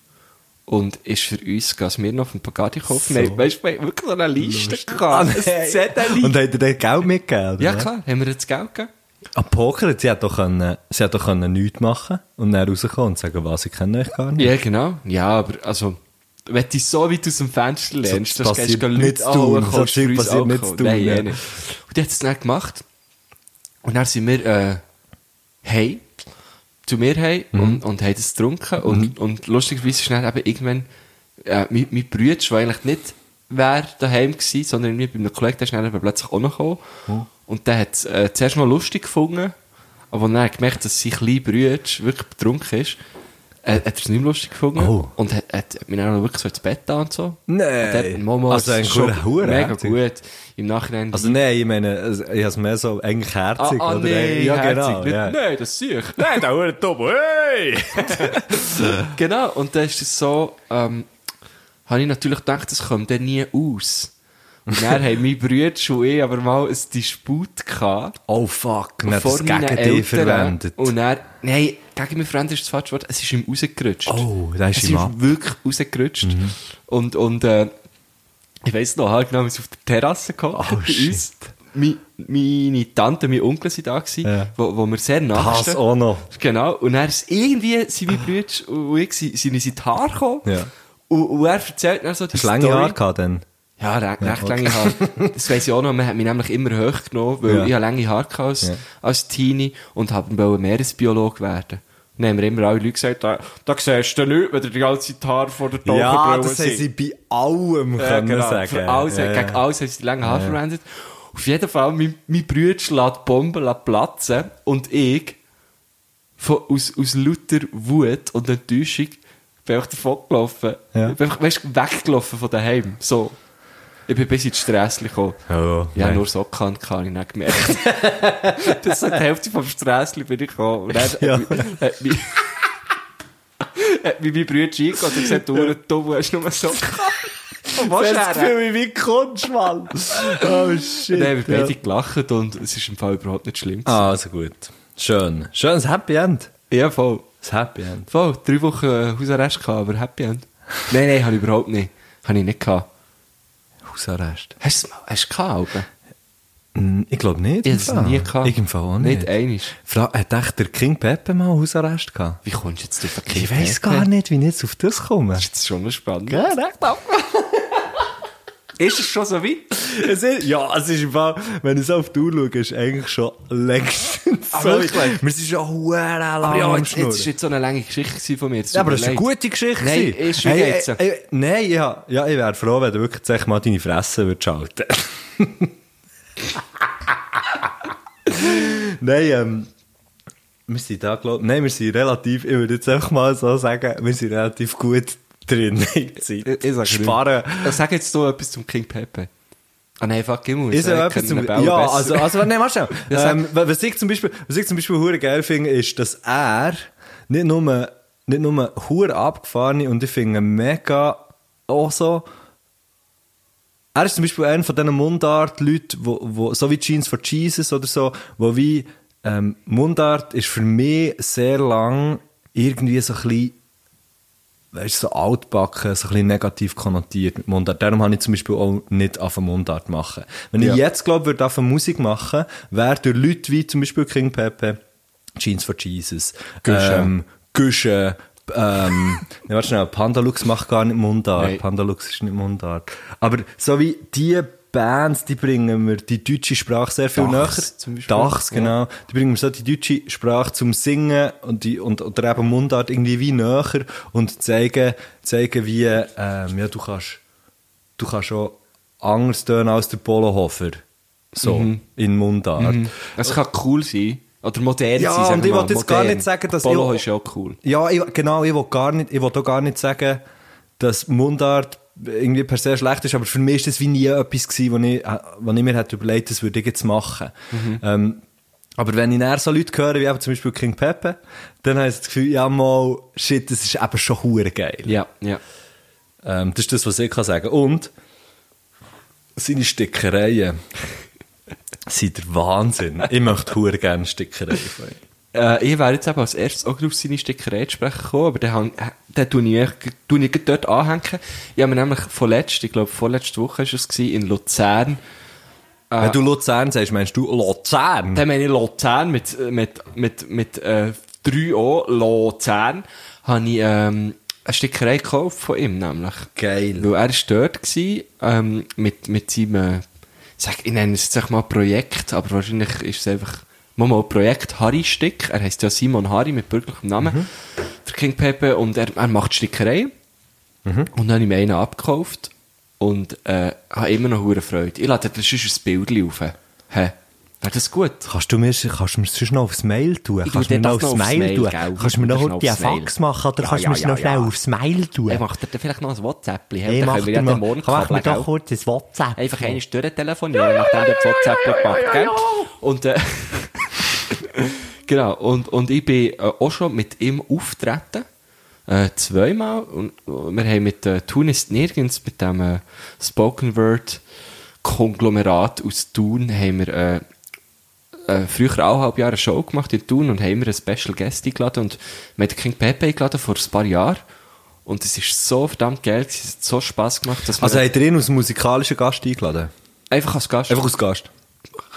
Und ist für uns Gas mir noch von Bacardi gekauft. So.
So.
Weißt du, wir haben wirklich so eine Liste
Ah,
gehabt. Ein Zettel.
Und hat er dir Geld mitgegeben? oder
Ja,
was?
klar, haben wir jetzt Geld gegeben.
An Poker, sie hat doch, können, sie hat doch können nichts machen und dann rauskommen und sagen, was, ich kenne euch gar nicht.
Ja, genau. Ja, aber also, wenn du so weit aus dem Fenster lernst,
So,
dass du gehst,
passiert
gehen
nicht
Leute
zu tun.
anholen
So
kannst,
Zeug
für uns
passiert nicht
Alkohol.
zu tun,
Nein,
ja.
eh nicht. Und die hat es dann gemacht. Und dann sind wir, äh, hey, zu mir hey
Mhm.
und, und haben es getrunken. Und, und lustigerweise ist dann eben irgendwann, äh, mein, mein Bruder, der eigentlich nicht wer daheim war, sondern irgendwie bei einem Kollegen, der ist dann eben plötzlich auch noch gekommen.
Mhm.
Und der hat es äh, zuerst mal lustig gefunden, aber dann hat er gemerkt, dass sein kleiner Bruder wirklich betrunken ist, äh, hat er es nicht mehr lustig gefunden
Oh.
und hat, hat mich dann auch wirklich so ins Bett da und so.
Nein.
Und hat- mal, mal,
Also
es
ein
ist schon
guter Hure,
Mega
herzig.
gut. Im Nachhinein...
Also nein, ich meine, also, ich habe es mehr so eigentlich herzig.
ah, ah,
oder?
nee,
ja,
herzig,
genau.
nicht,
ja.
Nein, das sehe ich.
Nein, der Hure top, hey!
Genau, und dann ist es so, ähm, habe ich natürlich gedacht, das kommt dann nie aus. Und dann haben mein Bruder und ich aber mal ein Disput gehabt.
Oh fuck, dann hat
vor
das
meinen
gegen dich
Eltern.
verwendet.
Und er, nein, gegen meinen Freund ist das falsche Wort, es ist ihm rausgerutscht.
Oh, da ist
es
ihm ab. Mhm.
wirklich rausgerutscht. Und, und, äh, ich weiss noch, halt genau, wir sind auf der Terrasse gekommen.
Oh, shit.
Meine, meine Tante, mein Onkel sind da gewesen,
Ja.
wo, wo wir sehr nah
Hass auch noch.
Genau. Und er ist irgendwie, seine Brüder und ich sind- sind uns in die Haare gekommen.
Ja.
Und, und er erzählt dann so die
Hast du lange Haare gehabt dann?
Ja, recht, recht
okay.
lange Haare. Das weiss ich auch noch. Man hat mich nämlich immer hoch genommen, weil
Ja.
ich habe lange Haare hatte als,
Ja.
als Teenie und habe Meeresbiologe werden. Dann haben mir immer alle Leute gesagt, da, da siehst du nicht, wenn du die ganze Zeit Haare vor der Taucherbrille sind.
bei allem
Ja, genau. Für alles, Gegen alles haben sie die langen Haare verwendet. Auf jeden Fall, mein, mein Bruder lässt Bomben platzen und ich, von, aus, aus lauter Wut und Enttäuschung, bin ich davon gelaufen.
Ja.
Ich bin einfach, weißt, du, weggelaufen von daheim. So. Ich bin bis in den Stress gekommen.
Oh,
ja,
nein.
nur so kann, kann ich nicht gemerkt. das ist so die Hälfte vom Stress bin ich gekommen. Und dann
Ja.
hat, mich- hat mich, hat mich mein Bruder eingegangen und gesagt, du, du hast nur so Und was
Das
ist
Gefühl, wie kommst du, Mann? Oh shit.
Dann haben wir beide gelacht und es ist im Fall überhaupt nicht schlimm. gewesen.
Ah, also gut. Schön. Schönes Happy End.
Ja, voll.
Das Happy End.
Voll. Drei Wochen äh, Hausarrest gehabt, aber Happy End. Nein, nein, habe ich überhaupt nicht. Habe ich nicht gehabt.
Hausarrest.
Hast du es mal? Hast du gehabt? Alben?
Hm, Ich glaube
Ich
nicht. im
habe es
Fall.
nie gehabt.
Ich im Fall auch nicht.
Nicht einisch.
Fra hat echt der King Pepe mal Hausarrest gehabt?
Wie kommst du jetzt auf den
Ich weiß gar nicht, wie ich jetzt auf das komme.
Das ist jetzt schon mal spannend.
Gell, recht ab.
Ist es schon so weit?
Es ist, ja, es ist im Fall, wenn ich es auf die Uhr schaue, ist eigentlich schon längstens
Ah,
so.
wirklich?
Wir sind schon huere lang
Aber ja,
Ah, am
jetzt,
Schnurren.
jetzt ist jetzt so eine lange Geschichte gewesen von mir. Jetzt
Ja, aber das ist eine
überlegt.
gute Geschichte.
Nein,
gewesen.
ist wie
Hey,
geht's?
äh, äh, Nein, ja, ja, ich wäre froh, wenn du wirklich sag mal deine Fresse würdest schalten. nein, ähm, wir sind da, glaub, nein, wir sind relativ, ich würde jetzt einfach mal so sagen, wir sind relativ gut drin in der Zeit.
Ich, ich sag
Sparen.
Nicht. Sag jetzt so etwas zum King Pepe. Ah nein, fuck, ich muss.
Ist
Ich
ja
kenne
etwas zum
den Bauer
Ja,
besser.
also, also nein, warte
Ja,
schnell.
sag.
Ähm, wa- was ich zum Beispiel, was ich zum Beispiel hure geil finde, ist, dass er nicht nur, nicht nur hure abgefahrene und ich finde mega auch so. Er ist zum Beispiel einer von diesen Mundart-Leuten, wo, wo, so wie Jeans for Jesus oder so, wo wie ähm, Mundart ist für mich sehr lang irgendwie so ein bisschen weißt, du, so altbacken, so ein bisschen negativ konnotiert mit Mundart. Darum habe ich zum Beispiel auch nicht auf Mundart machen. Wenn
Ja.
ich jetzt, glaube ich, auf Musik machen wäre durch Leute wie zum Beispiel King Pepe, Jeans for Jesus,
Güsche.
ähm, Güsche, ähm, ne, warte schnell, Pandalux macht gar nicht Mundart,
Nein.
Pandalux ist nicht Mundart. Aber so wie die Bands, die bringen mir die deutsche Sprache sehr viel
Dachs
näher.
zum Beispiel.
Dachs, genau
Ja.
genau. Die bringen mir so die deutsche Sprache zum Singen und, die, und oder eben Mundart irgendwie wie näher und zeigen, zeigen wie, ähm, ja, du kannst, du kannst auch anders tönen als der Polohofer. So,
Mhm.
in Mundart.
Es kann cool sein. Oder modern
Ja,
sein. sagen
und
wir
ich
mal.
wollte jetzt gar
Modern.
nicht sagen, dass
Polo
ich-
ist ja auch cool.
Ja, ich, genau, ich will gar nicht, ich will auch gar nicht sagen, dass Mundart irgendwie per se schlecht ist, aber für mich ist das wie nie etwas gewesen, wo ich, wo ich mir hätte überlegt, das würde ich jetzt machen. Ähm, aber wenn ich näher so Leute höre, wie eben zum Beispiel King Pepe, dann habe ich das Gefühl, ja mal, shit, das ist eben schon hure geil.
Ja, ja.
Ähm, das ist das, was ich kann sagen Und seine Stickereien sind der Wahnsinn. Ich möchte hure gerne Stickereien von ihm.
Äh, ich wäre jetzt eben als erstes auch auf seine Stickerei zu sprechen gekommen, aber den, hang- den tue ich, euch- tue ich gleich dort anhängen. Ich habe mir nämlich vorletzt, ich glaube vorletzte Woche war es, gewesen, in Luzern,
Wenn du Luzern sagst, meinst du Luzern?
Dann meine ich Luzern mit, mit, mit, mit äh, 3 O, Luzern, habe ich ähm, eine Stickerei gekauft von ihm nämlich.
Geil.
Weil er war dort gewesen, ähm, mit, mit seinem, äh, sag, ich nenne es jetzt sag mal Projekt, aber wahrscheinlich ist es einfach mal mal Projekt Harry Stick. Er heißt ja Simon Harry mit bürgerlichem Namen. Der King Pepe und er, er macht Stickerei. Und dann habe ich mir einen abgekauft und äh, habe immer noch hure Freude. Ich lade dir sonst ein Bild auf. Hä? Wäre das gut?
Kannst du mir, kannst du mir sonst noch aufs Mail tun?
Ich
kannst
tue dir
du mir noch
das noch
aufs
aufs
Mail
Mail,
tun?
gell?
Kannst du mir
Ich tue
noch
das noch
heute einen
aufs
Fax
Mail.
machen? Oder
Ja,
kannst du
ja,
mir es
ja,
noch schnell
ja.
aufs Mail tun?
Ich mache dir vielleicht noch ein WhatsApp.
Hey,
Hey, dann
mach
können wir
dir
ja
mal,
den morgen
mach mir
kabeln,
doch
gell?
kurz das WhatsApp.
Einfach eine Stunde telefonieren, nachdem du das WhatsApp gemacht gell? Und, äh, genau. Und, und ich bin äh, auch schon mit ihm auftreten. Äh, zweimal. Und äh, wir haben mit äh, Thun ist nirgends, mit dem äh, Spoken Word Konglomerat aus Thun, haben wir, äh, äh, früher auch halb Jahre eine Show gemacht in Thun und haben immer einen Special Guest eingeladen und wir haben King Pepe eingeladen vor ein paar Jahren und es ist so verdammt geil, gewesen, es hat so Spass gemacht, dass
Also,
wir
habt ihr ihn als musikalischen Gast eingeladen?
einfach als Gast
Einfach als Gast.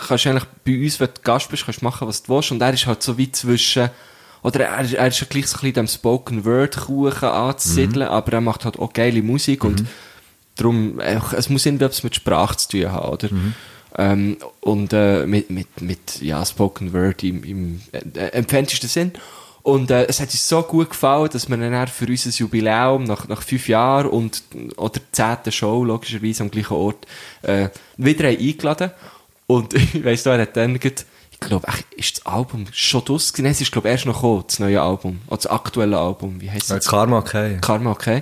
kannst eigentlich bei uns, wenn du Gast bist, kannst du machen, was du willst. Und er ist halt so weit zwischen, oder er, er ist ja gleich so ein bisschen dem Spoken Word Kuchen anzusiedeln, aber er macht halt auch geile Musik und darum, einfach, es muss irgendwie etwas mit Sprache zu tun haben, oder? Ähm, und äh, mit, mit, mit, ja, Spoken Word im, im äh, empfänglichsten Sinn. Und äh, es hat uns so gut gefallen, dass wir ihn dann für unser Jubiläum nach, nach fünf Jahren und oder zehnten Show, logischerweise am gleichen Ort, äh, wieder haben eingeladen und ich weiss noch, er hat dann grad, ich glaube, ist das Album schon draus gewesen? Nein, es ist, glaube erst noch gekommen, das neue Album. Oder das aktuelle Album, wie heisst
Äh,
es?
Karma, okay.
Karma, okay.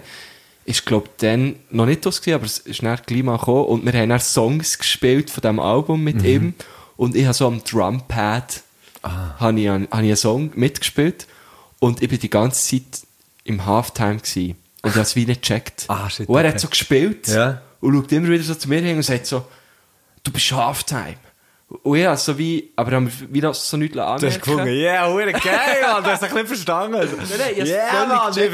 Ist, glaube dann noch nicht draus gewesen, aber es ist dann gleich mal gekommen und wir haben dann Songs gespielt von diesem Album
Mhm.
mit ihm und ich habe so am Drumpad
Ah.
habe ich, einen- habe ich einen Song mitgespielt und ich bin die ganze Zeit im Halftime gewesen und ich habe es wie nicht gecheckt.
Ah, shit,
und er
okay.
hat so gespielt
Ja.
und schaut immer wieder so zu mir hin und sagt so, du bist Halftime. Und ich habe so wie, aber haben wir wieder so nichts anmerken.
Du hast gefunden, yeah, hure geil, Mann, du hast ein bisschen verstanden.
Nein, nein, ich hab's
yeah,
völlig
Mann, ich
gecheckt.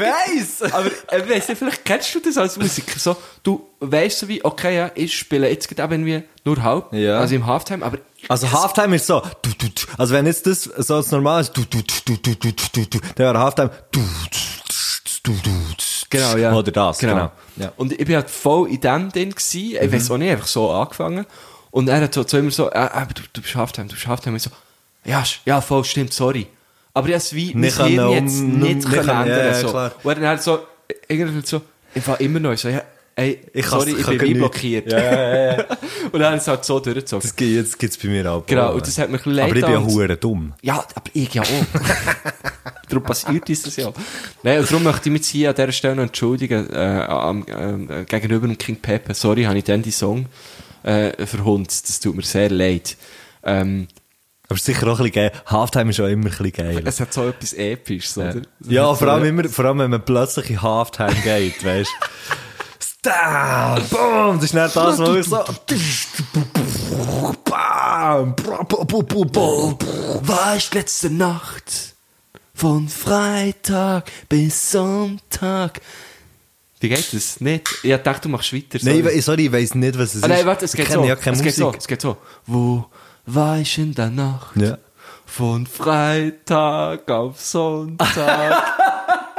weiss.
Aber äh, weiss nicht, vielleicht kennst du das als Musiker. So, du weißt so wie, okay, ja, ich spiele jetzt gerade eben irgendwie nur halb,
Ja.
also im Halftime, aber
Also Halftime ist so, du, du, du. also wenn jetzt das so als normal ist, du, du, du, du, du, du, du, du, dann wäre Halftime, du, du, du,
Genau, ja.
Oder das, genau. Ja. Mhm.
Und ich bin halt voll in dem drin gewesen. Ich weiß auch nicht, einfach so angefangen. Und er hat so, so immer so, äh, äh, du, du bist Halftime, du bist Halftime. Ich so, ja, sch- ja, voll, stimmt, sorry. Aber das wie, mein
Nicht
Hirn
können
jetzt
um-
nicht
nicht
können
können,
ändern
ja, ja,
so.
klar.
Und dann hat er so, irgendwie so, ich war immer noch so, ja, ey,
Ich kann's-
sorry, ich
kann
bin
gar
wie
nicht.
blockiert.
Ja, ja, ja, ja.
Und dann hat er es halt so durchgezogen.
Das gibt jetzt gibt's bei mir auch.
Genau, und das hat mich ein bisschen leid
Aber ich bin ja
getan.
hure dumm.
Ja, aber ich ja auch. darum passiert uns das ja. Nein, und darum möchte ich mich jetzt hier an dieser Stelle noch entschuldigen, äh, am, ähm, äh, gegenüber dem King Pepe. Sorry, habe ich dann die Song äh, verhunzt. Das tut mir sehr leid. Ähm,
Aber es ist sicher auch ein bisschen geil. Halftime ist auch immer ein bisschen geil.
es hat so etwas Episches, oder?
Ja, vor allem
So-
immer, vor allem wenn man plötzlich in Halftime geht, weißt du. Stam! Boom! Das ist nicht das, was ich so. Bam!
Weißt letzte Nacht von Freitag bis Sonntag. Wie geht das? Nicht? Ich dachte, du machst weiter. sorry.
Nein, ich we- sorry, ich weiss nicht, was es ist.
Ah, nein, warte, es
Ich
geht
kenne
so.
ja keine
es geht so.
Musik.
Es geht so. Wo war ich in der Nacht?
Ja.
Von Freitag auf Sonntag.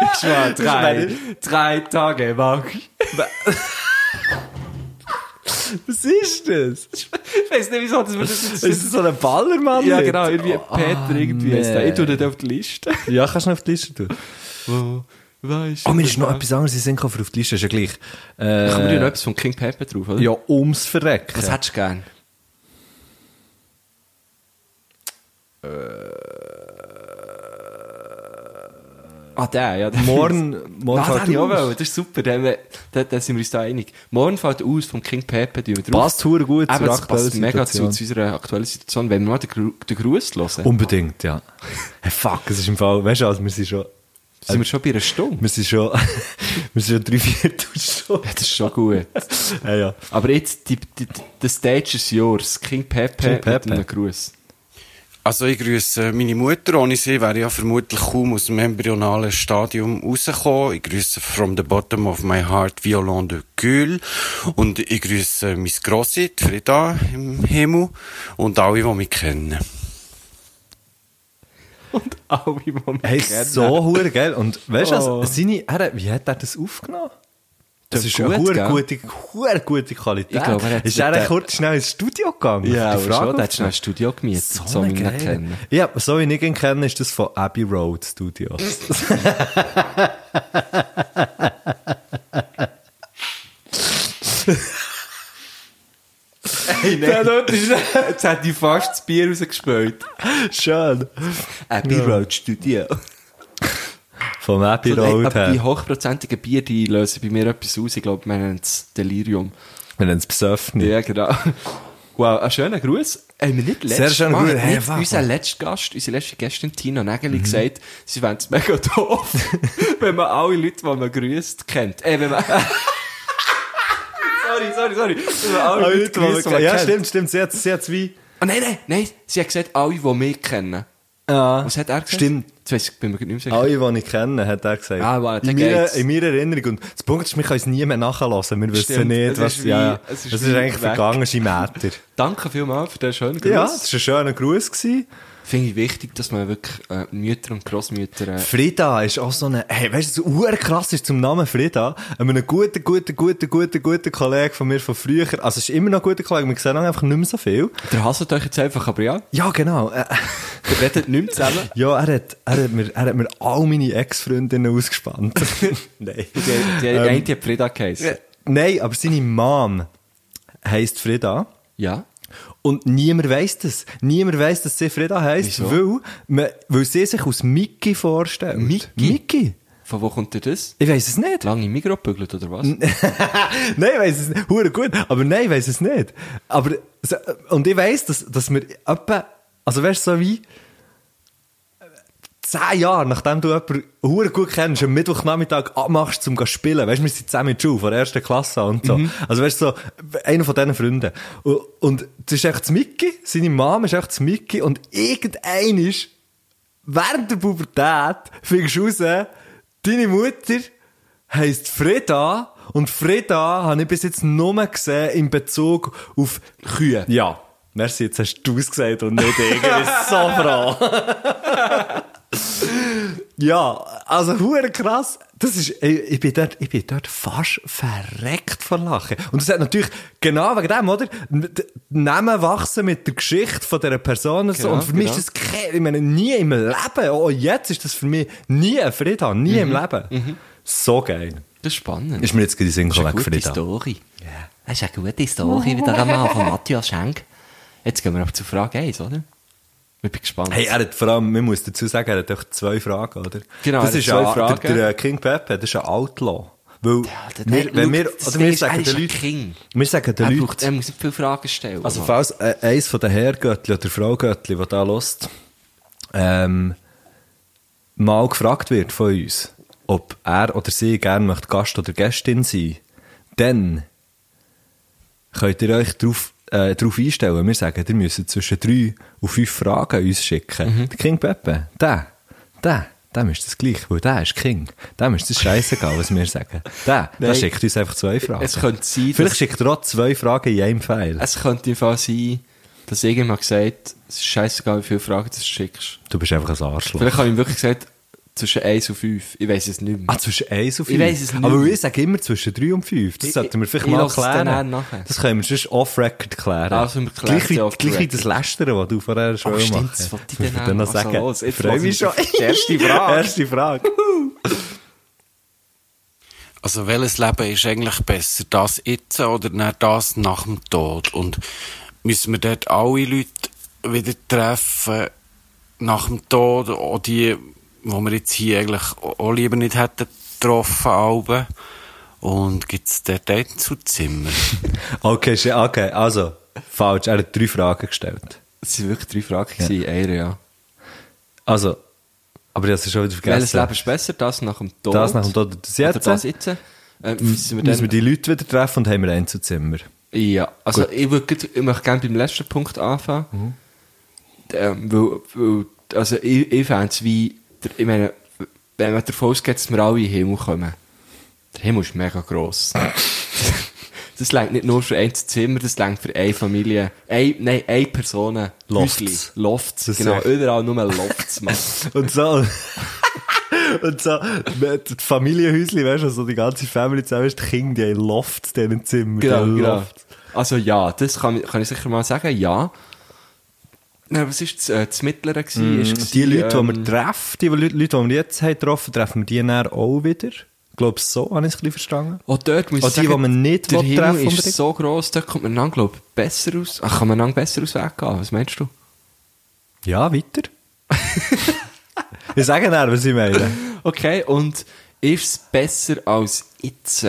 ich war drei, drei Tage wach.
Was ist das?
Ich weiß nicht, wieso das mir das
Ist Oh, das so ein Ballermann?
Ja, genau, irgendwie Peter, irgendwie.
nee.
ist der. Ich tue das auf die Liste.
Ja, kannst du noch auf die Liste tun.
Wo war ich
Oh,
in
mir
der
ist noch
Nacht?
etwas anderes in den Sinn gekommen, für auf die Liste, ist ja gleich. Äh,
Kommen wir noch etwas von King Pepper drauf, oder?
ja, ums Verrecken.
Was hättest du gern? Äh. Ah, der, ja. Der
Morgen, morgen
Morgen ah, den
fällt aus.
habe ich auch wollen. Das ist super, da, da, da sind wir uns da einig. Morgen fällt aus vom King Pepe, tun wir drauf.
Passt hure gut zur
Eben, das
aktuellen
passt mega zu,
Situation.
zu unserer aktuellen Situation. Wenn wir mal den, Gru den Gruß hören,
Unbedingt, ja. Hey, fuck, es ist im Fall, weißt du, also, wir sind schon,
sind wir schon bei einer Stunde.
wir sind schon, wir sind schon drei, vier Stunden.
Ja, das ist schon gut.
Ja, ja.
Aber jetzt, die, die, die, der Stage ist yours. King Pepe,
King
mit
Pepe.
einem Gruß.
Also ich grüße meine Mutter. Ohne sie wäre ich ja vermutlich kaum aus dem embryonalen Stadium rausgekommen. Ich grüße from the bottom of my heart Violon de Gül. Und ich grüße meine Grossi, die Frida im Himmel. Und alle, die mich kennen.
Und alle, die mich
Hey,
kennen.
so hure geil. Und weißt du,
Oh.
was? seine, er, wie hat er das aufgenommen? Das
Das
ist
ist
eine
gut,
hure
gell?
gute, hure gute Qualität.
Ich glaube, er hat-
ist er
der-
kurz schnell ins Studio gegangen?
Ja, aber
Die
schon, der hat
aufzunehmen?
schnell ein Studio gemietet, so
eine
wie ich ihn
geile-
kenne.
Ja, so wie ich ihn kenne, ist das von Abbey Road Studios.
Hey, nein. Jetzt hat die fast das Bier rausgespielt.
Schön.
Abbey Road Studio.
Vom Abbey
So, nein,
Road
aber die
her.
hochprozentigen Bier, die lösen bei mir etwas aus. Ich glaube, wir haben das Delirium.
Wir haben es besoffen.
Ja, genau. Wow, einen schönen Gruß. Haben wir nicht
Sehr schönen
Mal
Gruß.
hat
Hey,
nicht
warte.
unser letzter Gast, unsere letzte Gästin Tina Nägeli gesagt, sie fände es mega doof, wenn man alle Leute, die man grüßt, kennt. Äh, wenn man... sorry, sorry, sorry. Wenn man
Ah,
alle Leute, die man grüßt, die man
Ja,
kennt.
stimmt, stimmt. Sie hat, sie hat's wie.
Ah, nein, nein, nein. Sie hat gesagt, alle, die mich kennen.
Ja.
Was hat er gesagt?
Stimmt.
Jetzt weiss ich, bin mir grad nicht mehr sicher.
Alle, die ich kenne, hat er gesagt.
Ah, wow, dann
in, meiner,
geht's.
in meiner Erinnerung. Und das Punkt ist, wir können es nie mehr nachlassen. Wir wissen
Stimmt,
nicht,
es
was.
ist wie-
ja, ja.
es
Es
ist
ist,
wie
eigentlich
weg.
vergangen, ist im Äther.
Danke vielmals für den schönen Gruß.
Ja, das war ein schöner Gruß. Gewesen.
Finde ich wichtig, dass man wirklich äh, Mütter und Großmütter. Äh,
Frida ist auch so eine, hey, weißt du, so krass ist zum Namen Frida. Ein guter, guter, guter, guter, guter Kollege von mir von früher. Also, es ist immer noch ein guter Kollege. Wir sehen auch einfach nicht mehr so viel.
der hasst euch jetzt einfach, aber ja,
Ja, genau. Äh,
ihr redet nicht mehr zusammen.
ja, er hat, er hat mir, er hat mir all meine Ex-Freundinnen ausgespannt. Nein.
Die, die eine hat Freda geheißen.
Nein, aber seine Mom heisst Frida.
Ja.
Und niemand weiss das. Niemand weiss, dass sie Frida heisst,
Wieso?
weil, man, weil sie sich aus Mickey vorstellt.
Mickey?
Mickey?
Von wo kommt dir das?
Ich weiss es nicht.
Lange im Mikro gebügelt, oder was?
nein, ich weiss es nicht. Hure gut. Aber nein, ich weiss es nicht. Aber, so- äh, und ich weiss, dass, dass wir etwa, also weißt du, so wie, zehn Jahre, nachdem du jemanden hure gut kennst, am Mittwochnachmittag abmachst, um zu spielen. Weißt du, wir sind zusammen in der Schule, von der ersten Klasse an und so. Also weißt du, so, einer von diesen Freunden. Und, und das ist echt das Mickey, seine Mama ist echt das Mickey und irgendein ist, während der Pubertät findest du raus, deine Mutter heisst Freda und Freda habe ich bis jetzt nur gesehen in Bezug auf Kühe. Ja. Merci, jetzt hast du es gesagt und nicht ich. Ich bin so froh. ja, Also, hure krass. Das ist, ich, ich, bin dort, ich bin dort fast verreckt vor Lachen. Und das hat natürlich, genau wegen dem, oder? Die Namen wachsen mit der Geschichte von dieser Person. und so.
Genau,
und für mich
genau.
ist das kein, ich meine, nie im Leben, oh, jetzt ist das für mich nie ein Friedha, nie
Mhm.
im Leben. So geil.
Das ist spannend.
Ist mir jetzt gerade in den Sinn
Das ist
gekommen,
eine
weg,
gute
Friedha.
Story. Das ist eine gute Story, wie der Mann von Matthias Schenk. Jetzt gehen wir aber zu Frage 1, oder? Ich bin gespannt.
Hey, er hat vor allem, man muss dazu sagen, er hat doch zwei Fragen, oder?
Genau, er
das
hat
ist
zwei
ja,
Fragen.
Der, der King Pepe, das ist ein Outlaw. Weil,
der-
wir,
der-
wenn wir,
schau, das
oder
Ding
wir
ist, er
sagen
ist
den
ein
Leuten,
King.
wir sagen
er,
den
braucht, er
Leuten,
muss nicht viele Fragen stellen.
also
Mann.
falls äh, eins von den Herrgöttli oder Fraugöttli, die da lost, ähm, mal gefragt wird von uns, ob er oder sie gerne möchte Gast oder Gästin sein, dann könnt ihr euch darauf äh, drauf einstellen. Wir sagen, ihr müsst zwischen drei und fünf Fragen uns schicken.
Mhm.
Der King Pepe, der, der, dem ist das gleich, weil der ist King. Dem ist das scheißegal, was wir sagen. Der, der
Nein.
schickt uns einfach zwei Fragen.
Es könnte sein,
Vielleicht
dass-
schickt er auch zwei Fragen in einem Pfeil.
Es könnte im Fall sein, dass irgendjemand gesagt es ist scheißegal, wie viele Fragen du schickst.
Du bist einfach ein Arschloch.
Vielleicht habe ich ihm wirklich gesagt, zwischen 1 und 5. Ich weiß es nicht mehr.
Ah, zwischen 1 und 5?
Ich weiss es nicht.
Aber ich sage immer zwischen 3 und 5. Das
Ich-
sollten wir vielleicht
ich
mal
lasse es dann
klären.
auch nachher.
Das können wir sonst off-record klären.
Also, wir klären
gleich
sie
wie,
off-record.
gleich wie das Lästern, was du vorher schon
Oh,
gemacht
stimmt,
hast.
das wollte ich
Müssen
dann
wir noch
auch.
sagen.
Also los,
ich
jetzt
freue
lass
mich schon.
uns die erste Frage.
erste Frage.
Also welches Leben ist eigentlich besser, das jetzt oder dann das nach dem Tod? Und müssen wir dort alle Leute wieder treffen nach dem Tod, auch die, wo wir jetzt hier eigentlich auch lieber nicht hätten getroffen, Alben? Und gibt's dort Einzelzimmer?
Okay, schön. okay, also, falsch. Er hat drei Fragen gestellt.
Es sind wirklich drei Fragen gewesen, ja. eine, ja.
Also, aber das ist schon wieder
Welches
vergessen.
Leben ist besser? Das nach dem Tod?
Das nach dem Tod oder das
Oder
jetzt? ähm,
das jetzt? Äh, müssen wir
Müssen wir
dann,
die Leute wieder treffen und haben wir Einzelzimmer.
ja, also ich, würde, grad- ich möchte gerne beim letzten Punkt anfangen.
Mhm.
Ähm, weil, weil, also ich, ich fände es wie, der, ich meine, wenn man davon ausgeht, dass wir alle in den Himmel kommen. Der Himmel ist mega gross. das längt nicht nur für ein Zimmer, das längt für eine Familie, ein, nein, eine Person.
Lofts.
Häusli. Lofts,
Das ist
genau.
echt-
Überall nur Lofts, Mann.
Und so. Und so, mit das Familienhäuschen, weißt du, so die ganze Family zusammen ist, die Kinder, die haben Loft in diesen Zimmer.
Genau,
die haben
genau.
Loft.
Also ja, das kann, kann ich sicher mal sagen, ja. Nein, was war das, äh, das Mittlere? Gewesen, ist gewesen,
Mm, Die Leute, die wir
ähm,
treffen, die Leute, Leute, die wir jetzt haben getroffen, treffen wir die dann auch wieder. Ich glaube, so habe ich es ein bisschen verstanden.
Auch dort muss
Auch
ich
die,
sagen,
die man nicht
der
will
Himmel
treffen
ist
unbedingt.
so gross, da kommt man dann, glaube ich, besser aus. Ach, kann man dann besser aus weggehen? Was meinst du?
Ja, weiter. ich sage dann, was ich meine.
Okay, und ist es besser als jetzt?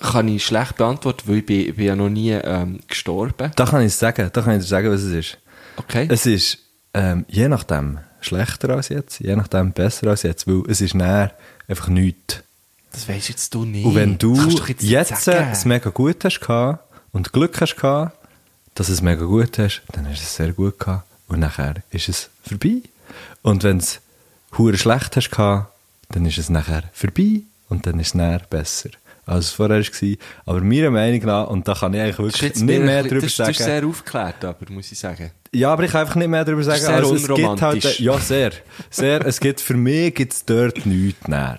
Kann ich schlecht beantworten, weil ich bin, ich bin ja noch nie ähm, gestorben.
Da kann ich es sagen, da kann ich dir sagen, was es ist.
Okay.
Es ist ähm, je nachdem schlechter als jetzt, je nachdem besser als jetzt, weil es ist näher einfach nichts.
Das weißt jetzt du nicht.
Und wenn du
Das kannst doch
jetzt,
nicht sagen.
es mega gut hast gehabt und Glück hast gehabt, dass du es mega gut hast, dann hast du es sehr gut gehabt und nachher ist es vorbei. Und wenn du es hure schlecht hast gehabt, dann ist es nachher vorbei und dann ist es nachher besser. Als es vorher war. Aber meiner Meinung nach, und da kann ich eigentlich
Das ist
wirklich
jetzt
nicht mehr
wirklich-
drüber
das,
sagen.
Das ist sehr aufgeklärt, aber muss ich sagen.
Ja, aber ich kann einfach nicht mehr darüber sagen.
ist sehr
Also, es gibt
unromantisch.
halt, ja, sehr. sehr es gibt, für mich gibt es dort nichts näher.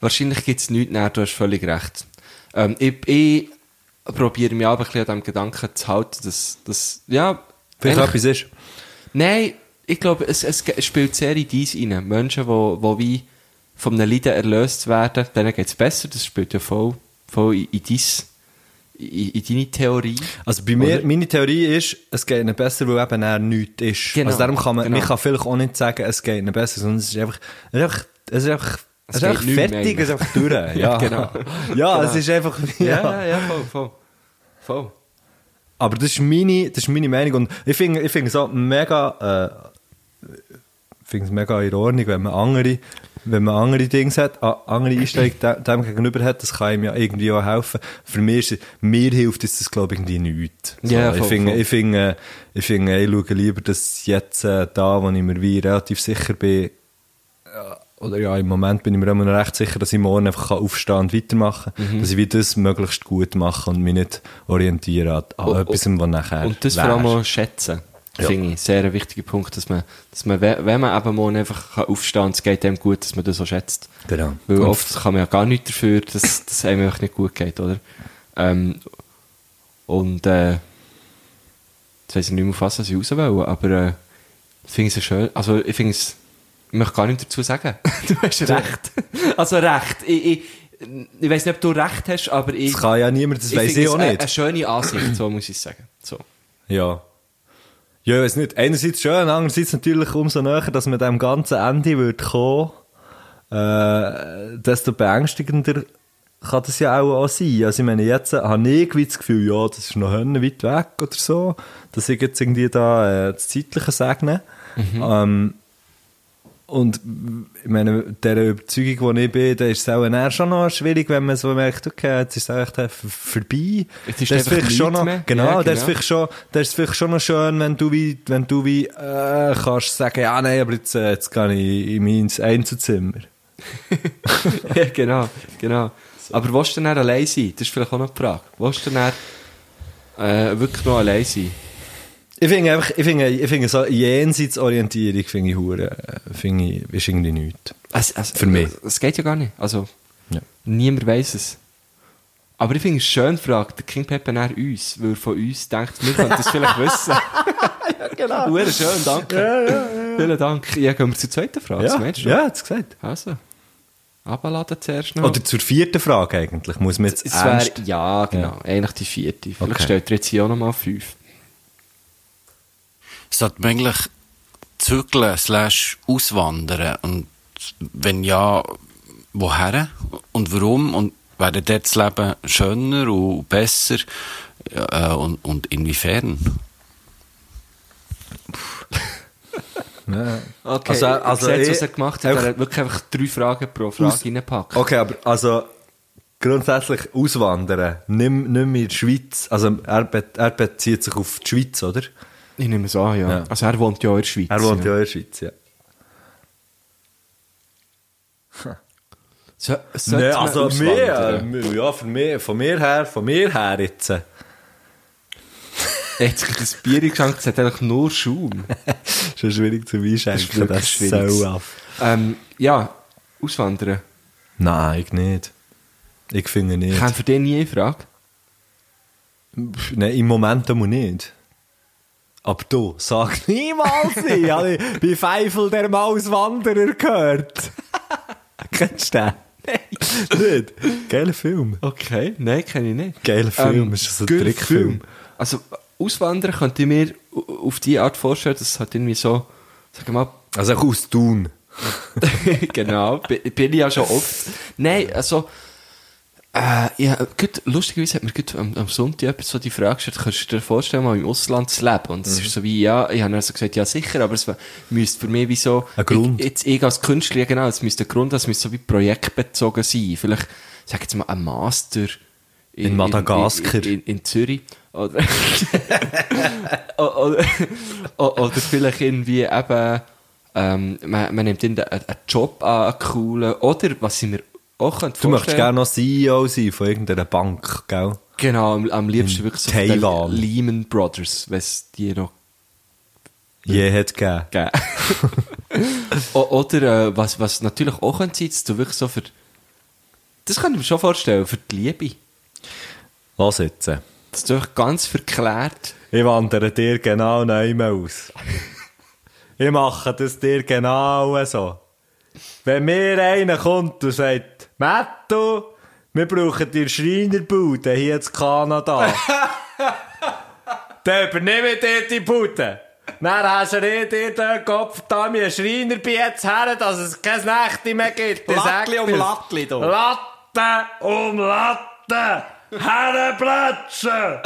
Wahrscheinlich gibt es nichts näher, du hast völlig recht. Ähm, ich, ich probiere mich aber ein bisschen an dem Gedanken zu halten, dass, dass ja...
Vielleicht
eigentlich-
etwas ist.
Nein, ich glaube, es, es ge- spielt sehr in dies rein. Menschen, die wo, wo wie von einem Leiden erlöst werden, denen geht es besser. Das spielt ja voll, voll in, in dies, in, in deine Theorie.
Also bei mir,
Oder?
meine Theorie ist, es geht ihnen besser, weil eben er nichts ist.
Genau,
also darum kann man,
genau.
man kann vielleicht auch nicht sagen, es geht ihnen besser, sondern es ist einfach, es ist einfach, es ist einfach, es ist
geht
einfach
nicht mehr
fertig, es ist einfach durch. Ja,
genau.
Ja,
Genau.
es ist einfach, ja.
Ja, ja, ja, voll, voll. Voll.
Aber das ist meine, das ist meine Meinung und ich finde, ich finde es auch mega, äh, ich finde es mega in Ordnung, wenn man andere, wenn man andere Dinge hat, a- andere Einstellungen de- dem gegenüber hat, das kann ihm ja irgendwie auch helfen. Für mich ist, mir hilft dus es das, glaube ich, irgendwie nichts. So,
Ja,
ich
voll,
finde,
voll.
ich finde, ich finde, ich schaue lieber, dass jetzt äh, da, wo ich mir wie relativ sicher bin, äh, oder ja, im Moment bin ich mir immer noch recht sicher, dass ich morgen einfach kann aufstehen und weitermachen kann.
Mhm.
Dass ich wie das möglichst gut mache und mich nicht orientiere an, an
Und-
etwas, was nachher
Und das
wär.
vor allem auch schätzen. Finde ich, sehr ein wichtiger Punkt, dass man, dass man, we- wenn man eben morgen einfach kann aufstehen kann, es geht dem gut, dass man das so schätzt.
Genau.
Weil oft kann man ja gar nichts dafür, dass es einem einfach nicht gut geht, oder? Ähm, und äh, jetzt weiss ich nicht mehr, auf was ich raus will, aber äh, finde ich es schön. Also ich finde es, ich möchte gar nichts dazu sagen. Du hast recht. Also recht. Ich, ich, ich weiß nicht, ob du recht hast, aber ich...
Das kann ja niemand, das weiß
finde
ich auch
es eine-
nicht.
Eine schöne Ansicht, so muss ich sagen. So.
Ja. Ja, ich weiß nicht. Einerseits schön, andererseits natürlich umso näher, dass man dem ganzen Ende wird kommen, äh, desto beängstigender kann das ja auch, auch sein. Also ich meine, jetzt habe ich wie das Gefühl, ja, das ist noch höllen weit weg oder so, dass ich jetzt irgendwie da äh, das Zeitliche segne.
Mhm.
Ähm, und ich meine, dieser Überzeugung, die ich bin, da ist es auch eher schon noch schwierig, wenn man so merkt, okay, jetzt ist es echt äh, v- vorbei.
Jetzt ist
Da
einfach
vielleicht schon
nichts
noch,
mehr.
Genau,
Ja,
da ist
genau.
vielleicht schon, da ist es vielleicht schon noch schön, wenn du wie, wenn du wie, äh, kannst sagen, ja, nein, aber jetzt, äh, jetzt gehe ich in mein Einzelzimmer.
ja, genau, genau. Aber willst du dann allein sein? Das ist vielleicht auch noch die Frage. Willst du dann äh, wirklich noch allein sein?
Ich finde einfach, ich finde, ich finde so Jenseitsorientierung, finde ich, hure, äh, finde ich, ist irgendwie nichts.
Also, also,
Für mich.
Es geht ja gar nicht. Also,
Ja.
niemand weiß es. Aber ich finde es schön, fragt der King Pepe nach uns, weil er von uns denkt, wir könnten das vielleicht wissen. ja, genau. Hure schön, danke. Vielen Dank. Ja, gehen wir zur zweiten Frage.
ja,
Das meinst du?
ja, hat's gesagt.
Also, abladen zuerst noch.
Oder zur vierten Frage eigentlich, muss man jetzt
es
ernst-
wäre, ja, genau, eigentlich die vierte. Vielleicht
Okay.
stellt er jetzt hier auch nochmal fünf.
Sollte man eigentlich zügeln slash auswandern? Und wenn ja, woher und warum? Und wäre dort das Leben schöner und besser? Ja, äh, und, und inwiefern?
Okay,
Also,
also,
also
ich,
ich-
was er gemacht hat,
einfach-
er hat wirklich einfach drei Fragen pro Frage
Aus-
reingepackt.
Okay, aber also grundsätzlich auswandern, nicht, nicht mehr in die Schweiz. Also er, be er bezieht sich auf die Schweiz, oder?
Oh, Ich nehme es an, ja.
Ja.
Also er wohnt ja auch in der Schweiz.
Er wohnt ja, in der Schweiz, ja.
So, sollte
Nee,
man
also mir,
auswandern?
mir- ja, von mir, von mir her, von mir her jetzt.
Jetzt gibt es Bier geschenkt, es hat eigentlich nur Schaum.
Schon schwierig zu
Ist
einschenken,
wirklich
das
schwierig.
so auf.
ähm, ja, auswandern.
Nein, ich nicht. Ich finde nicht.
Ich habe für dich nie eine Frage.
Pff, Nein, im Moment muss nicht. Aber du, sag niemals ich. habe bei Pfeifel der Mauswanderer gehört. Kennst du den? Nein. nicht? Geiler Film.
Okay, nein, kenne ich nicht.
Geiler Film, ist das ein
guter
Trickfilm?
Ähm, Also, auswandern könnte ich mir au- auf die Art vorstellen, dass es halt irgendwie so, sagen wir mal,
Also auch aus Thun.
genau, bin, bin ich ja schon oft. Nein, also, äh, ja, gut, lustigerweise hat mir gut am, am Sonntag jemand so die Frage gestellt, kannst du dir vorstellen, mal im Ausland zu leben? Und
Mhm.
es ist so wie, ja, ich habe dann so gesagt, ja sicher, aber es wär- müsste für mich wie so...
Ein Grund.
Ich, jetzt, ich als Künstler, ja, genau, es müsste ein Grund, es müsste so wie projektbezogen sein. Vielleicht, sag jetzt mal, ein Master...
In Madagaskar.
In, in, in Zürich. Oder, O- oder, o- Oh, oder vielleicht irgendwie eben, ähm, man, man nimmt irgendeinen einen Job an, einen coolen, oder was ich mir auch könnte
Du möchtest
vorstellen-
gerne noch CEO sein von irgendeiner Bank, gell?
Genau, am, am liebsten
In
wirklich so
Taiwan.
von den Lehman Brothers, wenn es die noch
Je hat gegeben.
gegeben O- Oder äh, was, was natürlich auch könnte sein, dass du wirklich so für... Das kann ich mir schon vorstellen, für die Liebe.
Lass jetzt.
Dass du wirklich ganz verklärt...
Ich wandere dir genau neu aus. ich mache das dir genau so. Wenn mir einer kommt und sagt, Matto, wir brauchen dir Schreinerbude hier in Kanada. dann übernehme ich dir die Bude. Dann hast du nicht dir den Kopf, da mir Schreinerbietz her, dass es keine Nächte mehr gibt. Ich sag
Lattli um
dir's.
Lattli da.
Latte um Latte. Herrenplätschen.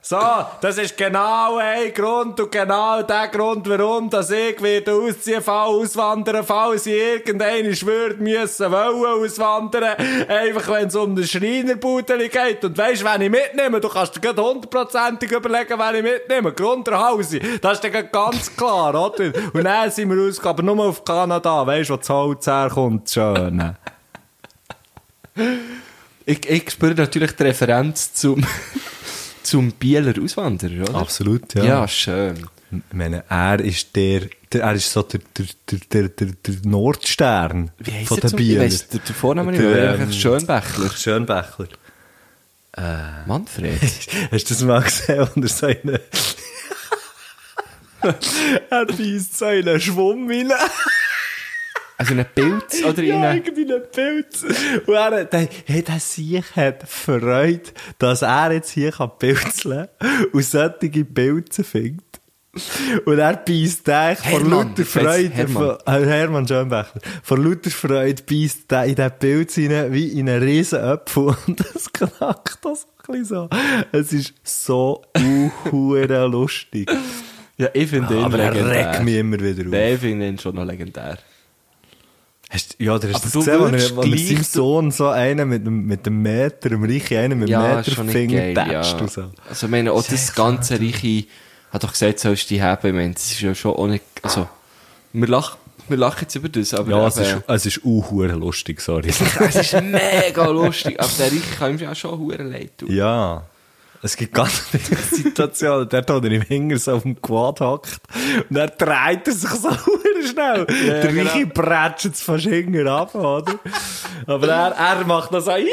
So, das ist genau ein Grund und genau der Grund, warum dass ich wieder ausziehen, fall, auswandern, falls ich irgendeinen schwört müssen, wollen auswandern. Einfach, wenn es um den Schreinerbudeli geht. Und weisst, wenn ich mitnehme, du kannst dir gerade hundertprozentig überlegen, wenn ich mitnehme. Grund der Hause. Das ist dir gerade ganz klar, oder? Und dann sind wir ausgegangen, aber nur auf Kanada. Weisst, wo das Holz herkommt, schön.
Ich, ich spüre natürlich die Referenz zum, zum Bieler Auswanderer, oder?
Absolut,
Ja, schön.
Ich meine, er ist der, der er ist so der, der, der, der, der, der Nordstern
Wie heisst
von
er
den
zum- ich
Bier.
weiss den- den Vornamen nicht, aber einfach Schönbächler.
Schönbächler.
Manfred.
Hast du das mal gesehen unter seinen... er beißt seinen Schwamm rein.
Also in einen Pilz oder in
Ja,
einen...
irgendeinen Pilz. Und er, der, hey, der Sieg hat Freude, dass er jetzt hier kann pilzeln und solche Pilze findet. Und er beißt den vor
Hermann,
lauter
jetzt heisst
Freude,
Hermann.
von- äh, Hermann Schönbächler, vor lauter Freude beißt der in den Pilz rein, wie in einen riesen Apfel und das knackt das ein bisschen so. Es ist so uhuere lustig.
Ja, ich finde ihn
Ah, Aber er
legendär.
regt mich immer wieder auf.
Nein, ich finde ihn schon noch legendär.
Hast, ja, oder hast
Aber
du das
du
gesehen, wo
würdest
er- wo er
gleich-
seinem Sohn so einen mit dem, mit dem Meter, dem Reichen einen mit dem
Ja, ist schon nicht
Meterfinger
geil,
tätscht
ja.
und so.
Also ich meine, auch das ganze Reiche hat doch gesagt, sollst du die haben. Ich meine, das ist ja schon ohne... Also, wir lachen, wir lachen jetzt über das, aber
Ja, es
eben-
ist, es ist unhuere lustig, sorry.
es ist mega lustig. Aber der Reiche kann ihm ja schon verdammt leid tun.
ja. Es gibt ganz viele Situationen, der hat er im Hinger so auf dem Quad hackt und dann dreht er sich so huere schnell.
Ja,
Der
genau.
Reiche prätscht es fast hinger ab, oder? Aber er, er macht noch so «Hihihi».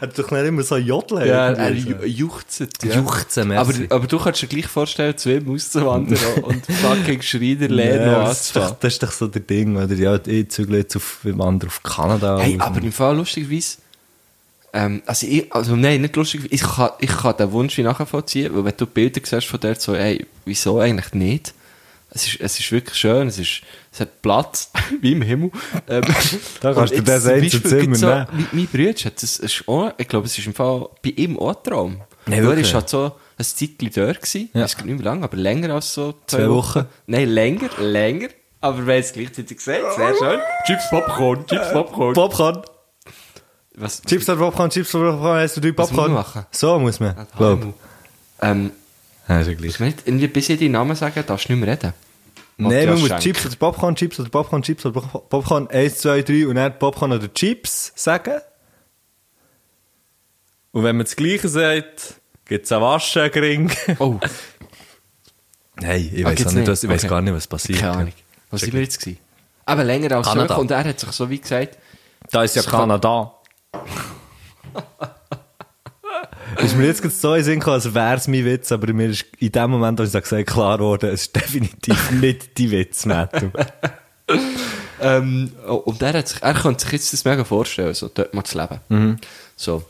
Er tut doch nicht immer so jodeln.
Ja, er
irgendwie so.
ju- juchzt. Ja.
Juchzen,
aber,
merci.
aber du kannst dir gleich vorstellen, zu ihm auszuwandern und fucking Schreiner lernen
Ja,
noch
das, ist doch,
anzufangen.
das ist doch so der Ding, oder? Ja, ich zügle jetzt auf, ich wandere auf Kanada.
Hey,
aus
aber
und-
im Fall lustigerweise, ähm, also, ich, also nein, nicht lustigerweise, ich kann, ich kann den Wunsch wie nachvollziehen, weil wenn du Bilder siehst von dort, so, ey, wieso eigentlich nicht? Es ist, es ist wirklich schön, es, ist, es hat Platz, wie im Himmel. Ähm,
Da kannst du
und
dir
jetzt
das
zum
Einzelzimmer
Beispiel gibt's so-
nehmen.
Mein, mein Bruder hat das, ist auch, ich glaube, es ist im Fall bei ihm auch ein Traum.
Nee,
Weil er
wirklich?
ist halt so ein Zeitchen dort gewesen,
Ja.
ja. nicht mehr lang, aber länger als so
Zwei Wochen.
Nein, länger, länger. Aber wenn es gleichzeitig gesagt, sehr schön. Chips Popcorn, Chips Popcorn.
Popcorn!
Was?
Chips und Popcorn, Chips und Popcorn, hast du drei
Was
Popcorn.
muss man machen?
So muss man,
Ah,
glaub.
Ähm,
Ja, ist ja
ich
gleich.
meine, irgendwie bis ich deinen Namen sage, darfst du nicht mehr reden.
Nein, man
Matthias
muss
Schenk.
Chips oder Popcorn, Chips oder Popcorn, Chips oder Pop- Popcorn, eins, zwei, drei und dann Popcorn oder Chips sagen. Und wenn man das Gleiche sagt, gibt es einen Waschengring.
Oh,
Nein, ich
Ah,
weiß
gibt's
nicht,
nicht?
was- ich weiß
Okay.
gar nicht, was passiert.
keine Ahnung. Was sind wir jetzt gewesen? Aber länger als
Kanada.
Kanada. Und er hat sich so wie gesagt,
Da ist ja
Das kann-
Kanada. ist mir jetzt gerade so in den Sinn gekommen, als wäre es mein Witz, aber mir ist in dem Moment, als ich es gesagt habe, klar geworden, es ist definitiv nicht dein Witz, Matthew.
ähm, oh, und er hat sich, er könnte sich jetzt das mega vorstellen, so dort mal zu leben. So.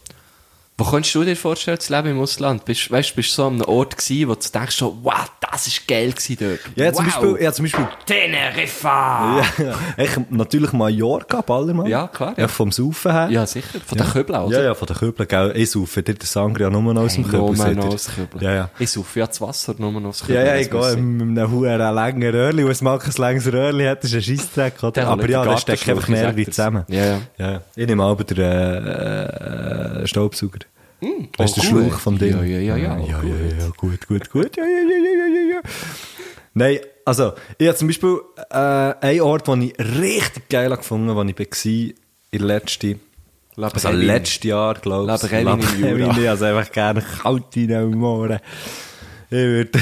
Wo könntest du dir vorstellen, zu leben im Ausland? Bist, weißt du, bist du so an einem Ort gewesen, wo du denkst, so, wow, das ist geil gewesen dort.
Ja, zum
wow.
Beispiel, ja, zum Beispiel
Teneriffa!
ja, ich, natürlich Mallorca, Ballermann.
Ja, klar, ja.
Ja, vom Saufen her.
Ja, sicher. Von den Köbeln, oder?
Ja, ja, von den Köbeln, gell. Ich saufe dir den Sangria nur noch aus dem
Hey,
Köbel.
nur
seht ihr.
noch das Kübel.
Ja, ja.
Ich suche ja das Wasser nur noch das
Ja, ja,
das
ich
muss
gehe mit einem hohen langen Röhrli, weil es mag ein langes Röhrli hat, ist ein Scheissdreck, oder?
Der
Aber
holt
ja,
den
da steckt
Gartenschlauch,
einfach mehr
ich
wie
sag
zusammen.
das. Ja, ja.
Ich nehme aber den äh, äh, Staubsauger. Weißt du,
oh,
der
gut.
Schlauch vom Ding?
Ja, ja, ja, ja,
ja,
oh,
ja, ja, gut, gut, gut. Ja, ja, ja, ja, ja, ja. Nein, also, ich habe zum Beispiel äh, einen Ort, den ich richtig geil gefunden habe, wo ich war, in letzter
La
also
Brevin.
letztes Jahr, glaube ich.
La Brevin im Jura.
Ich also einfach gerne kalt in den Morgen. Ich würde...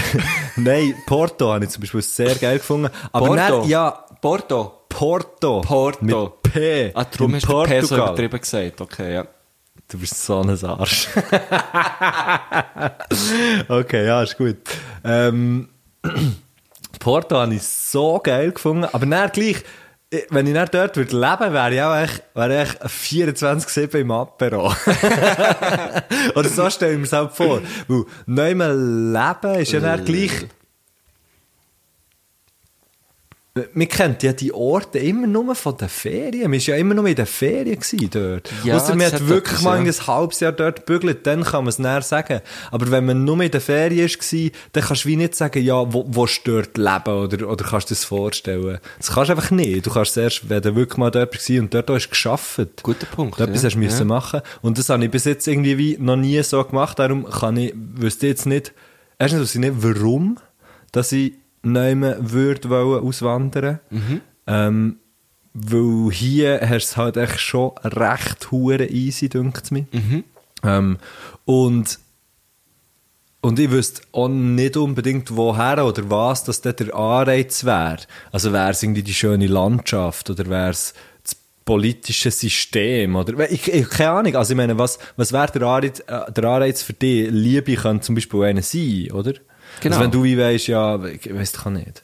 Nein, Porto habe ich zum Beispiel sehr geil gefunden. Aber
Porto?
Dann, ja,
Porto.
Porto.
Porto.
Mit P.
Ah, darum
In
hast du den Peso
Portugal.
übertrieben gesagt. Okay, ja.
Du bist so ein Arsch. okay, ja, ist gut. Ähm, Porto habe ich so geil gefunden, aber dann gleich, ich- wenn ich dann dort würde leben, wäre ich auch echt, wäre ich echt 24-7 im Apero. Oder so stelle ich mir selbst vor. Weil neu mal leben ist ja dann gleich... Man kennt ja die Orte immer nur von den Ferien. Man war ja immer nur in den Ferien gewesen dort.
Ja,
Ausser man
das
hat
hat
wirklich
etwas,
mal
ja.
ein halbes Jahr dort bügelt, dann kann man es näher sagen. Aber wenn man nur in den Ferien war, dann kannst du wie nicht sagen, ja, wo, wo stört Leben oder, oder kannst du das vorstellen. Das kannst du einfach nicht. Du kannst es erst, wenn du wirklich mal dort warst und dort hast geschafft.
Guter Punkt,
Und Etwas
ja.
hast du müssen
Ja.
machen. Und das habe ich bis jetzt irgendwie wie noch nie so gemacht. Darum kann ich, wüsste jetzt nicht, erstens wüsste ich nicht, warum, dass ich nicht mehr würde wollen auswandern.
Mhm.
Ähm, weil hier hast du es halt echt schon recht hure easy, dünkt es mir. Ähm, und Und ich wüsste auch nicht unbedingt, woher oder was das dort der Anreiz wäre. Also wäre es irgendwie die schöne Landschaft oder wäre es das politische System oder ich, ich keine Ahnung. Also ich meine, was, was wäre der Anreiz, äh, der Anreiz für dich? Liebe kann zum Beispiel eine sein, oder?
Genau.
Also wenn du wie weißt, ja, ich weiss doch auch nicht.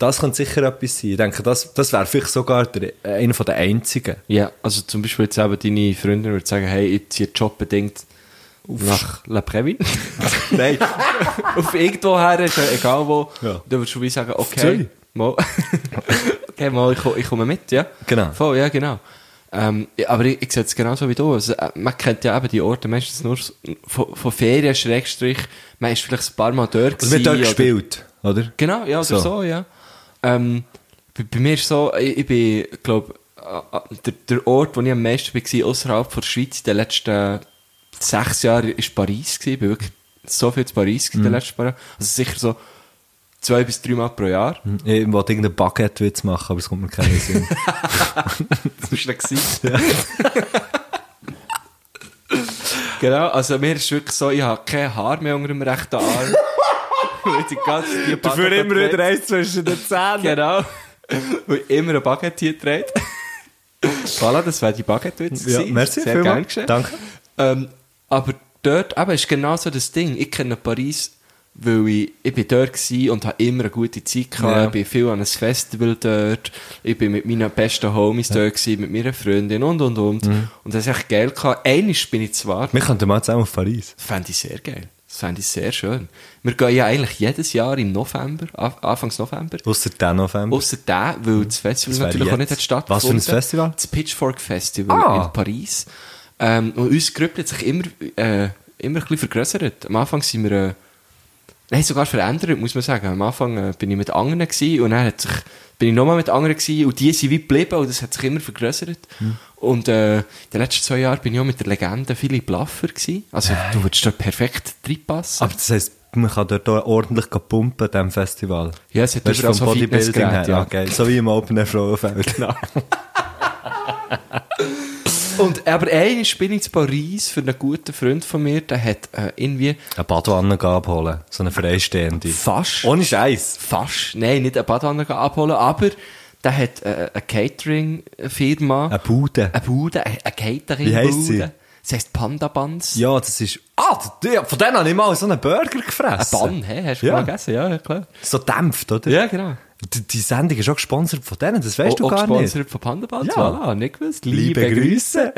Das könnte sicher etwas sein. Ich denke, das, das wäre vielleicht sogar der, einer von den einzigen.
Ja, also zum Beispiel jetzt eben deine Freundin würde sagen, hey, ich ziehe jobbedingt nach La Previn.
Nein.
Auf irgendwo her, ist ja egal wo.
Ja.
Dann würdest du wie sagen, okay,
Zürich.
mal, okay, mal ich, ko- ich komme mit, ja.
Genau.
Voll, ja, genau. Ähm, ja, aber ich, ich sehe es genauso wie du. Also, äh, man kennt ja eben die Orte meistens nur s- von, von Ferien, Schrägstrich. Man ist vielleicht ein paar Mal dort
Also wir haben dort
gewesen oder-
gespielt, oder?
Genau, ja, oder so,
So.
ja. Ähm, bei, bei mir ist so, ich, ich bin, glaube der, der Ort, wo ich am meisten war, außerhalb der Schweiz, in den letzten sechs Jahren, ist Paris. Gewesen. Ich bin wirklich so viel zu Paris gewesen in den letzten paar Jahren. Also sicher so zwei bis drei Mal pro Jahr.
Hm. Ich wollte irgendeinen Baguette-Witz machen, aber es kommt mir keinen Sinn.
Das war dann gewesen. Genau, also mir ist wirklich so, ich habe kein Haar mehr unter dem rechten Arm. Weil die ganze- die Backe-
eins zwischen den Zähnen.
Genau. Weil immer eine Baguette hier dreht. Voilà, das wäre die Baguette jetzt
Ja,
gewesen.
merci,
Sehr gern
vielmals.
geschehen.
Danke.
Ähm, aber dort eben, ist genau so das Ding. Ich kenne Paris, weil ich, ich bin dort war und habe immer eine gute Zeit gehabt.
Ja.
Ich bin viel an einem Festival dort. Ich bin mit meinen besten Homies dort gewesen, mit meiner Freundin und, und, und.
Mhm.
Und das ist echt geil gehabt. Einmal bin ich zwar
Wir könnten mal zusammen auf Paris.
das fände ich sehr geil. Das fände ich sehr schön. Wir gehen ja eigentlich jedes Jahr im November, Anf- Anfangs November,
Ausser den November.
Ausser der, weil das Festival
Das wäre
natürlich auch
jetzt.
nicht hat
Was
stattgefunden.
für ein Festival?
Das Pitchfork Festival
Ah.
in Paris. Ähm, und unser Gruppe hat sich immer, äh, immer ein bisschen vergrößert. Am Anfang sind wir, äh, nein, sogar verändert, muss man sagen. Am Anfang äh, bin ich mit anderen gewesen und dann hat sich, bin ich nochmal mit anderen gewesen und die sind wie geblieben und das hat sich immer vergrößert.
Hm.
Und äh, in den letzten zwei Jahren bin ich auch mit der Legende Philipp Laffer gewesen. Also du würdest dort perfekt reinpassen.
Aber das heisst, man kann dort auch ordentlich pumpen, diesem Festival.
Ja, es hat
Weißt du,
überall
vom
so Fitnessgeräte, ja.
Ah, geil. So wie im Open Air Frauenfeld. Genau.
Und, aber einmal bin ich in Paris für einen guten Freund von mir, der hat äh, irgendwie
Eine Badwanne gehen abholen. So eine freistehende.
fast,
Ohne Scheiß.
fast, nein, nicht eine Badwanne gehen abholen, aber der hat äh, eine Catering-Firma.
Eine Bude.
Eine Bude, eine eine Catering-Bude.
Wie heisst sie?
Sie heisst Panda Buns.
Ja, das ist... Ah, d- ja, von denen habe ich mal so einen Burger gefressen.
Bann, hä? Hast du
Ja.
mal gegessen? Ja, ja, klar.
So dämpft, oder?
Ja, genau.
Die, die Sendung ist auch gesponsert von denen, das weißt
Auch-
du
auch
gar nicht.
gesponsert von Panda Buns,
Ja.
voilà, nicht gewusst.
Grüße.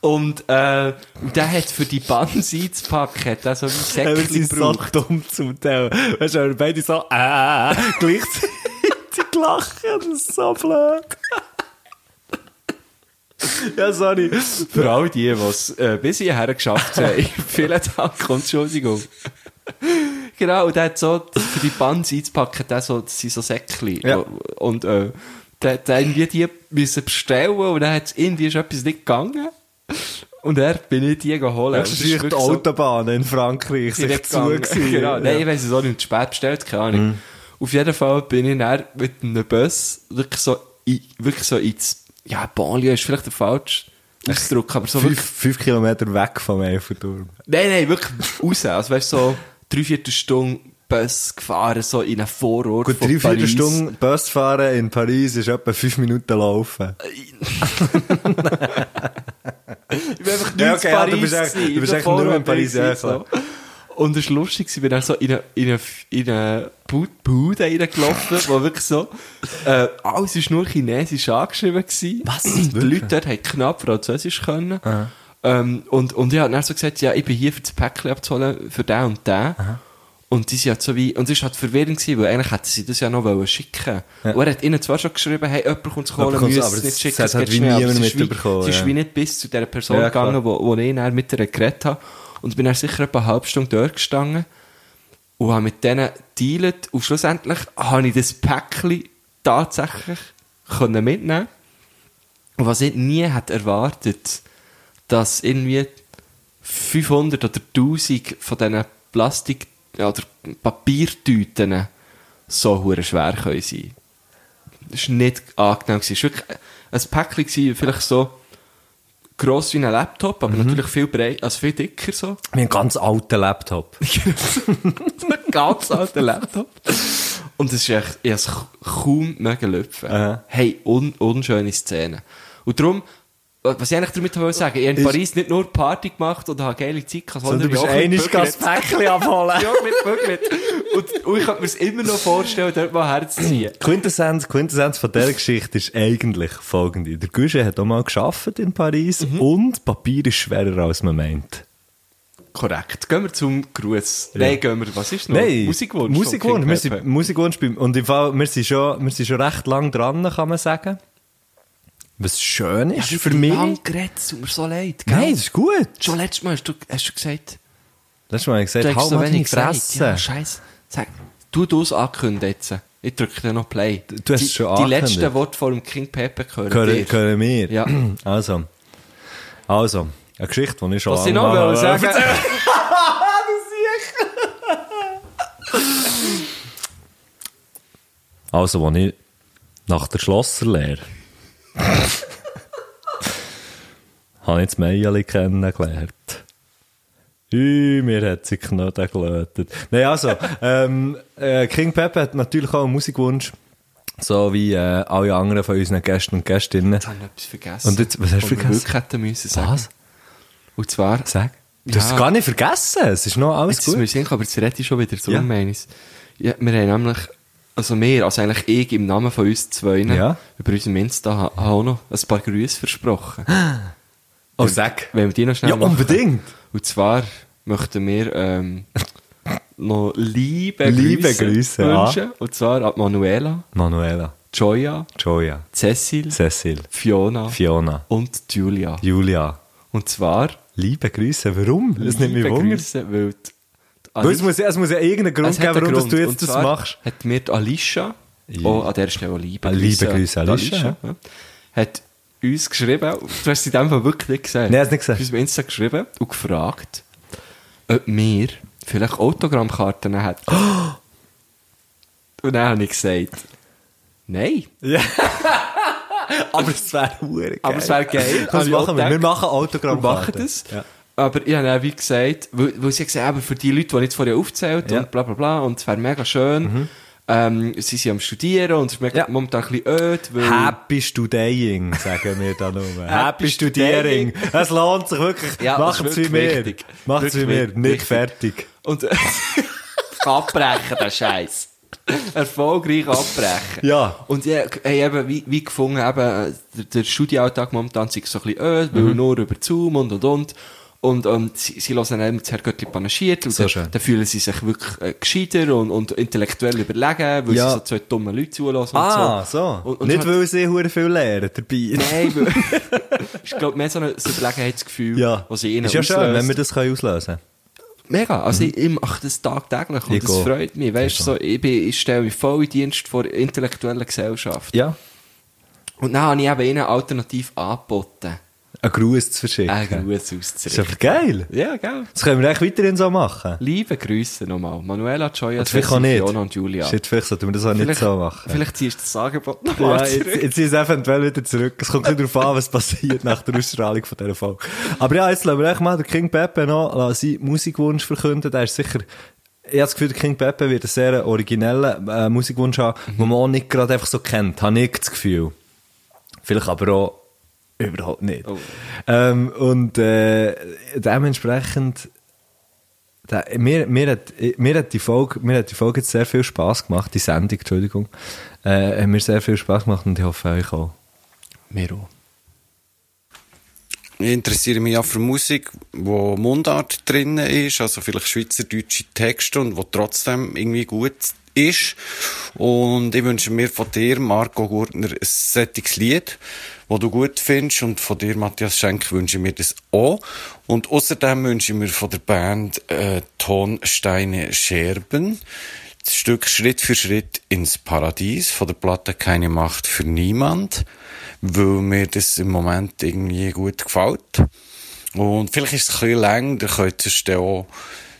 Und äh, der hat für die Buns einzupacken, hat er so wie
Wir
Säckchen
sind so
gebraucht.
dumm zum Teil. Weißt du, wenn wir beide so äh, gleichzeitig lachen, das ist so blöd. ja, sorry.
Für all die, die es äh, bis hierher geschafft haben, vielen Dank und Entschuldigung. genau, und der hat so, für die Bands einzupacken, der so, das sind so Säckchen.
Ja.
Und äh, der, der irgendwie die müssen bestellen und dann hat es irgendwie ist etwas nicht gegangen. Und er bin ich die geholt.
Das ist wirklich die Autobahn in Frankreich sich zu gewesen.
Genau, nein,
Ja. Mhm.
ich weiß es auch nicht, zu spät bestellt, keine Ahnung. Auf jeden Fall bin ich dann mit einem Bus wirklich so, in, wirklich so ins, ja, Banlieue ist vielleicht der falsche Ausdruck, aber so
Fünf,
wirklich,
fünf Kilometer weg vom Eiffelturm.
nein, nein, wirklich raus. Also weißt du, so drei, vier Stunden Bus gefahren, so in einen Vorort
Gut,
von
drei, vier
Paris.
Stunden Bus fahren in Paris ist etwa fünf Minuten laufen.
Ich bin einfach nicht
Ja, okay,
in
ja,
Paris.
du bist echt-
gewesen.
du
Ich
bist
bin
echt
voll
nur in
unterwegs
Paris, ja,
gewesen, so. Und es war lustig, ich bin dann so in eine, in eine, in eine Bu- Bude reingelaufen, wo wirklich so, äh, alles ist nur chinesisch angeschrieben gewesen. Was? Die Leute dort haben knapp Französisch können. Ähm, und, und ich habe dann so gesagt, ja, ich bin hier für das Päckchen abzuholen, für den und den. Und die sind halt so wie, und es war halt verwirrend gewesen, weil eigentlich hätten sie das ja noch wollen schicken.
Ja.
Und er hat ihnen zwar schon geschrieben, hey, jemand kommt zu holen,
Jemand kommt's,
müssen
aber
es nicht
das-
schicken,
das
es
hat halt
geht
wie
schnell. Aber
niemand
es ist wie-
mitbekommen,
Es ist
ja.
wie nicht bis zu dieser Person
Ja, klar.
gegangen, wo, wo ich dann mit ihr geredet habe. Und bin dann sicher etwa eine halbe Stunde dort gestanden und habe mit denen dealt. Und schlussendlich habe ich das Päckchen tatsächlich können mitnehmen Und was ich nie hätte erwartet, dass irgendwie 500 oder 1000 von diesen Plastik- oder Papiertüten so hure schwer können sein Das war nicht angenehm. gewesen. Es war wirklich ein Päckchen, gewesen, vielleicht so gross wie ein Laptop,
Mhm.
aber natürlich viel breit, also viel dicker so.
Wie ein ganz alter Laptop.
ein ganz alter Laptop. Und es ist echt, ich hab's kaum mögen löpfen.
Aha.
Hey, un, unschöne Szene. Und darum, was ich eigentlich damit wollte sagen, ich habe in
Ist-
Paris nicht nur Party gemacht und habe geile Zeit gehabt,
Und du
ich
bist
bin auch ein
einmal
bisschen
das Päckchen abholen.
Ja, mit Büglet. Und, und ich könnte mir es immer noch vorstellen, dort mal herzuziehen.
Quintessenz, Quintessenz von dieser Geschichte ist eigentlich folgende. Der Guschen hat auch mal geschafft in Paris
Mhm.
und Papier ist schwerer als man meint.
Korrekt. Gehen wir zum Gruß. Nein, gehen wir, was ist noch?
Nein,
Musikwunsch.
Musikwunsch. Wir
von King
sind,
Pepe.
Musikwunsch beim, und im Fall, wir sind, schon, wir sind schon recht lang dran, kann man sagen. Was schön ist für mich.
Lang geredet, es tut mir so leid. Gell?
Nein, das ist gut.
Schon letztes Mal hast du, hast du gesagt,
Letztes Mal habe ich
du
gesagt,
hast
halt
so
mal deine
wenig gesagt. Ja,
Fresse.
scheiße. Sag, tu du es ankündigen jetzt. Ich drücke dir noch Play.
du hast
die,
es schon
Die
angekündigt.
letzten Worte vor dem King Pepe gehören dir.
Können, können wir.
Ja.
Also. Also. Eine Geschichte, die ich schon
Was ich noch
lange mal-
will sagen
Also, als ich nach der Schlosserlehre habe ich das Meierli kennengelernt. Ui, mir hat sie Knoten gelötet. Nein, also, ähm, äh, King Pepe hat natürlich auch einen Musikwunsch. So wie äh, alle anderen von unseren Gästen und Gästinnen.
Jetzt habe ich etwas vergessen.
Und jetzt- was hast du
wir
vergessen?
wirklich hätten müssen sagen.
Was?
Und zwar...
Sag. Du hast
Ja.
es gar nicht vergessen. Es ist noch alles
Jetzt ist
gut.
mir Sinn, aber jetzt rede ich schon wieder so,
Ja.
ja. meine ich. Ja, wir haben nämlich, also wir, also eigentlich ich im Namen von uns zwei, ne,
Ja.
über unseren Insta, ha- habe auch noch ein paar Grüße versprochen.
Oh, sag.
Wenn wir die noch schnell
Ja,
machen.
unbedingt.
Und zwar möchten wir ähm, noch liebe,
Liebe Grüße,
Grüße wünschen. Und zwar an Manuela,
Manuela,
Joya,
Joya,
Cecil,
Cecil,
Fiona,
Fiona,
und Julia.
Julia.
Und zwar
Liebe Grüße. Warum? Das nimmt mich
liebe
wunder.
Grüße, weil... die-
Weil es, muss, ja- es muss ja irgendeinen Grund
Ah, hat
geben,
einen
warum dass
Grund.
du
Und
jetzt das
zwar
machst.
Hat mir die Alicia,
Ja.
oh, an der Stelle auch liebe
Ah,
Grüße.
liebe Grüße,
an die
Alicia.
ja, Hat uns geschrieben, du hast sie in dem Fall wirklich nicht gesehen.
Nein, ich hab's nicht gesehen.
Auf unserem Insta geschrieben und gefragt, ob wir vielleicht Autogrammkarten hätten.
Oh!
Und dann habe ich gesagt, nein.
Aber es wäre geil.
Aber es wäre geil.
Das
Also,
machen wir.
ich
Wir
denke,
machen
Wir
Autogrammkarten.
machen das.
Ja.
Aber ich habe dann wie gesagt, weil, weil sie gesagt haben, für ah, die Leute, die ich jetzt vorher aufzählt
Ja. Mhm.
und bla bla bla, und es wäre mega schön. Ähm, sie sind am Studieren und es ist mega,
Ja.
momentan ein bisschen öd, weil...
Happy Studaying, sagen wir da nur. Happy
Studaying.
Studiering. Es lohnt sich wirklich.
Ja, das ist
Macht's
wirklich
wie mir.
wichtig.
Macht's wie
Wirklich
mir.
wichtig.
Nicht fertig.
Und abbrechen, der Scheiß. Erfolgreich abbrechen.
Ja.
Und ja, hey, eben, wie, wie gefunden, eben, äh, der, der Studialltag momentan sei so ein bisschen öd,
Mhm.
weil nur über Zoom und und und. Und, und sie, sie hören dann immer das Herrgöttli panaschiert und
So schön.
dann, dann fühlen sie sich wirklich äh, gescheiter und, und intellektuell überlegen, weil
Ja.
sie so zwei dumme Leute zuhören
Ah,
und
so.
so. Und, und
Nicht,
so-
weil sie hure viel lernen dabei.
Nein, weil... ich glaube, mehr so ein so ein Überlegenheitsgefühl,
Ja.
was sie ihnen
Ist ja schön,
auslöst.
wenn Mhm. wir das können auslösen
Mega, also ich, ich mache das tagtäglich und
Ich
das
auch.
freut mich. Weißt du, so, ich, bin, ich stelle mich voll in Dienst vor der intellektuellen Gesellschaft.
Ja.
Und dann habe ich eben ihnen alternativ angeboten,
Einen Gruß zu verschicken.
einen Äh, Gruß
Ist aber
auszurichten.
geil.
Ja, gell.
Das können wir eigentlich weiterhin so machen.
Liebe Grüße nochmal. Manuela, Joya,
Oder vielleicht auch nicht.
Fiona und Julia.
Shit, vielleicht sollten wir das auch nicht
vielleicht,
so machen.
vielleicht ziehst du das Angebot nochmal
Ja,
zurück.
jetzt, jetzt ist es eventuell wieder zurück. Es kommt nicht darauf an, was passiert nach der Ausstrahlung von dieser Folge. Aber ja, jetzt lassen wir echt mal den King Pepe noch lassen seinen Musikwunsch verkünden. Der ist sicher, ich habe das Gefühl, der King Pepe wird einen sehr originellen äh, Musikwunsch haben,
Mhm.
den man auch nicht gerade einfach so kennt. Habe ich das Gefühl. Vielleicht aber auch überhaupt nicht.
Oh.
Ähm, und äh, dementsprechend da, mir, mir, hat, mir, hat die Folge, mir hat die Folge jetzt sehr viel Spass gemacht, die Sendung, Entschuldigung. Äh, hat mir sehr viel Spass gemacht und ich hoffe euch auch.
Mir auch.
Ich interessiere mich ja für Musik, wo Mundart drin ist, also vielleicht schweizerdeutsche Texte und wo trotzdem irgendwie gut ist. Und ich wünsche mir von dir, Marco Gurtner, ein sättiges Lied, wo du gut findest. Und von dir, Matthias Schenk, wünsche ich mir das auch. Und außerdem wünsche ich mir von der Band äh, Tonsteine Scherben das Stück Schritt für Schritt ins Paradies, von der Platte Keine Macht für Niemand, weil mir das im Moment irgendwie gut gefällt. Und vielleicht ist es ein bisschen lang, da könnt ihr es dann auch,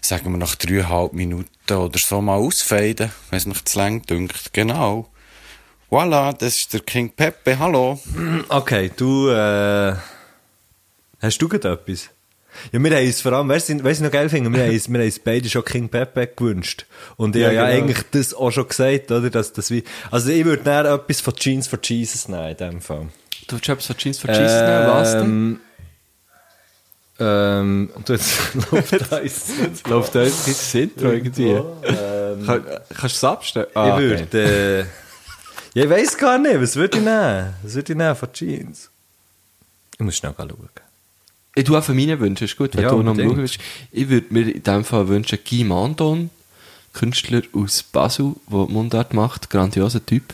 sagen wir, nach dreieinhalb Minuten oder so mal ausfaden, wenn es nicht zu lang dünkt. Genau. Voilà, das ist der King Pepe, hallo.
Okay, du, äh, Hast du gerade etwas? Ja, wir haben uns vor allem, weißt du, was ich noch geil finde? Wir haben uns, wir haben uns beide schon King Pepe gewünscht. Und ich
Ja,
habe ja
genau.
eigentlich das auch schon gesagt, oder? Dass, dass wir, also ich würde näher etwas von Jeans for Jesus nehmen, in dem Fall.
Du willst etwas von Jeans for Jesus nehmen, was denn?
Ähm, und jetzt läuft eins.
Läuft da jetzt das Intro irgendwie? Kann, kannst du es abstellen? Ah,
ich
okay.
würde, äh, ja, ich weiss gar nicht, was würde ich nehmen? Was würde ich nehmen von Jeans? Ich muss schnell schauen.
Ich tue auch für meine Wünsche, ist gut, wenn
Ja,
du noch am
unbedingt.
Schauen bist. Ich würde mir in dem Fall wünschen, Guy Mandon, Künstler aus Basel, der die Mundart macht, grandioser Typ,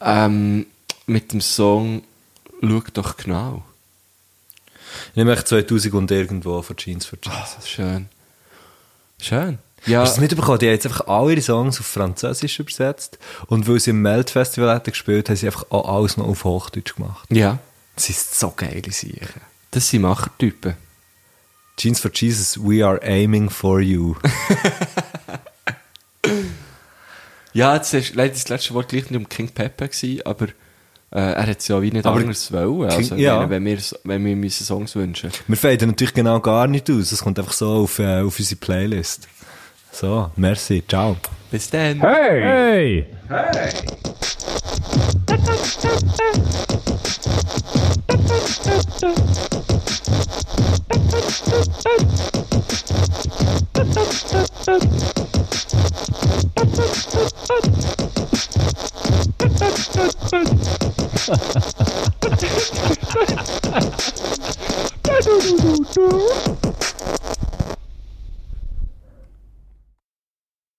ähm, mit dem Song «Schau doch genau».
Ich nehme echt 2000 und irgendwo von Jeans for Jesus.
Schön. Schön. Ja,
Hast du es mitbekommen? Die haben jetzt einfach alle ihre Songs auf Französisch übersetzt. Und weil sie im Meltfestival hatten gespielt, haben sie einfach auch alles noch auf Hochdeutsch gemacht.
ja,
Das ist so geile Sache.
das sind Machertypen.
Jeans for Jesus, we are aiming for you.
Ja, jetzt ist leider das letzte Wort gleich nicht um King Pepe gewesen, aber äh, er hat es ja wie nicht
Aber
anders wollen. Also,
King- ja.
ich meine, wenn wir, wenn wir müssen Songs wünschen.
Wir faden natürlich genau gar nicht aus. Es kommt einfach so auf, äh, auf unsere Playlist. So, merci, ciao.
Bis dann.
Hey!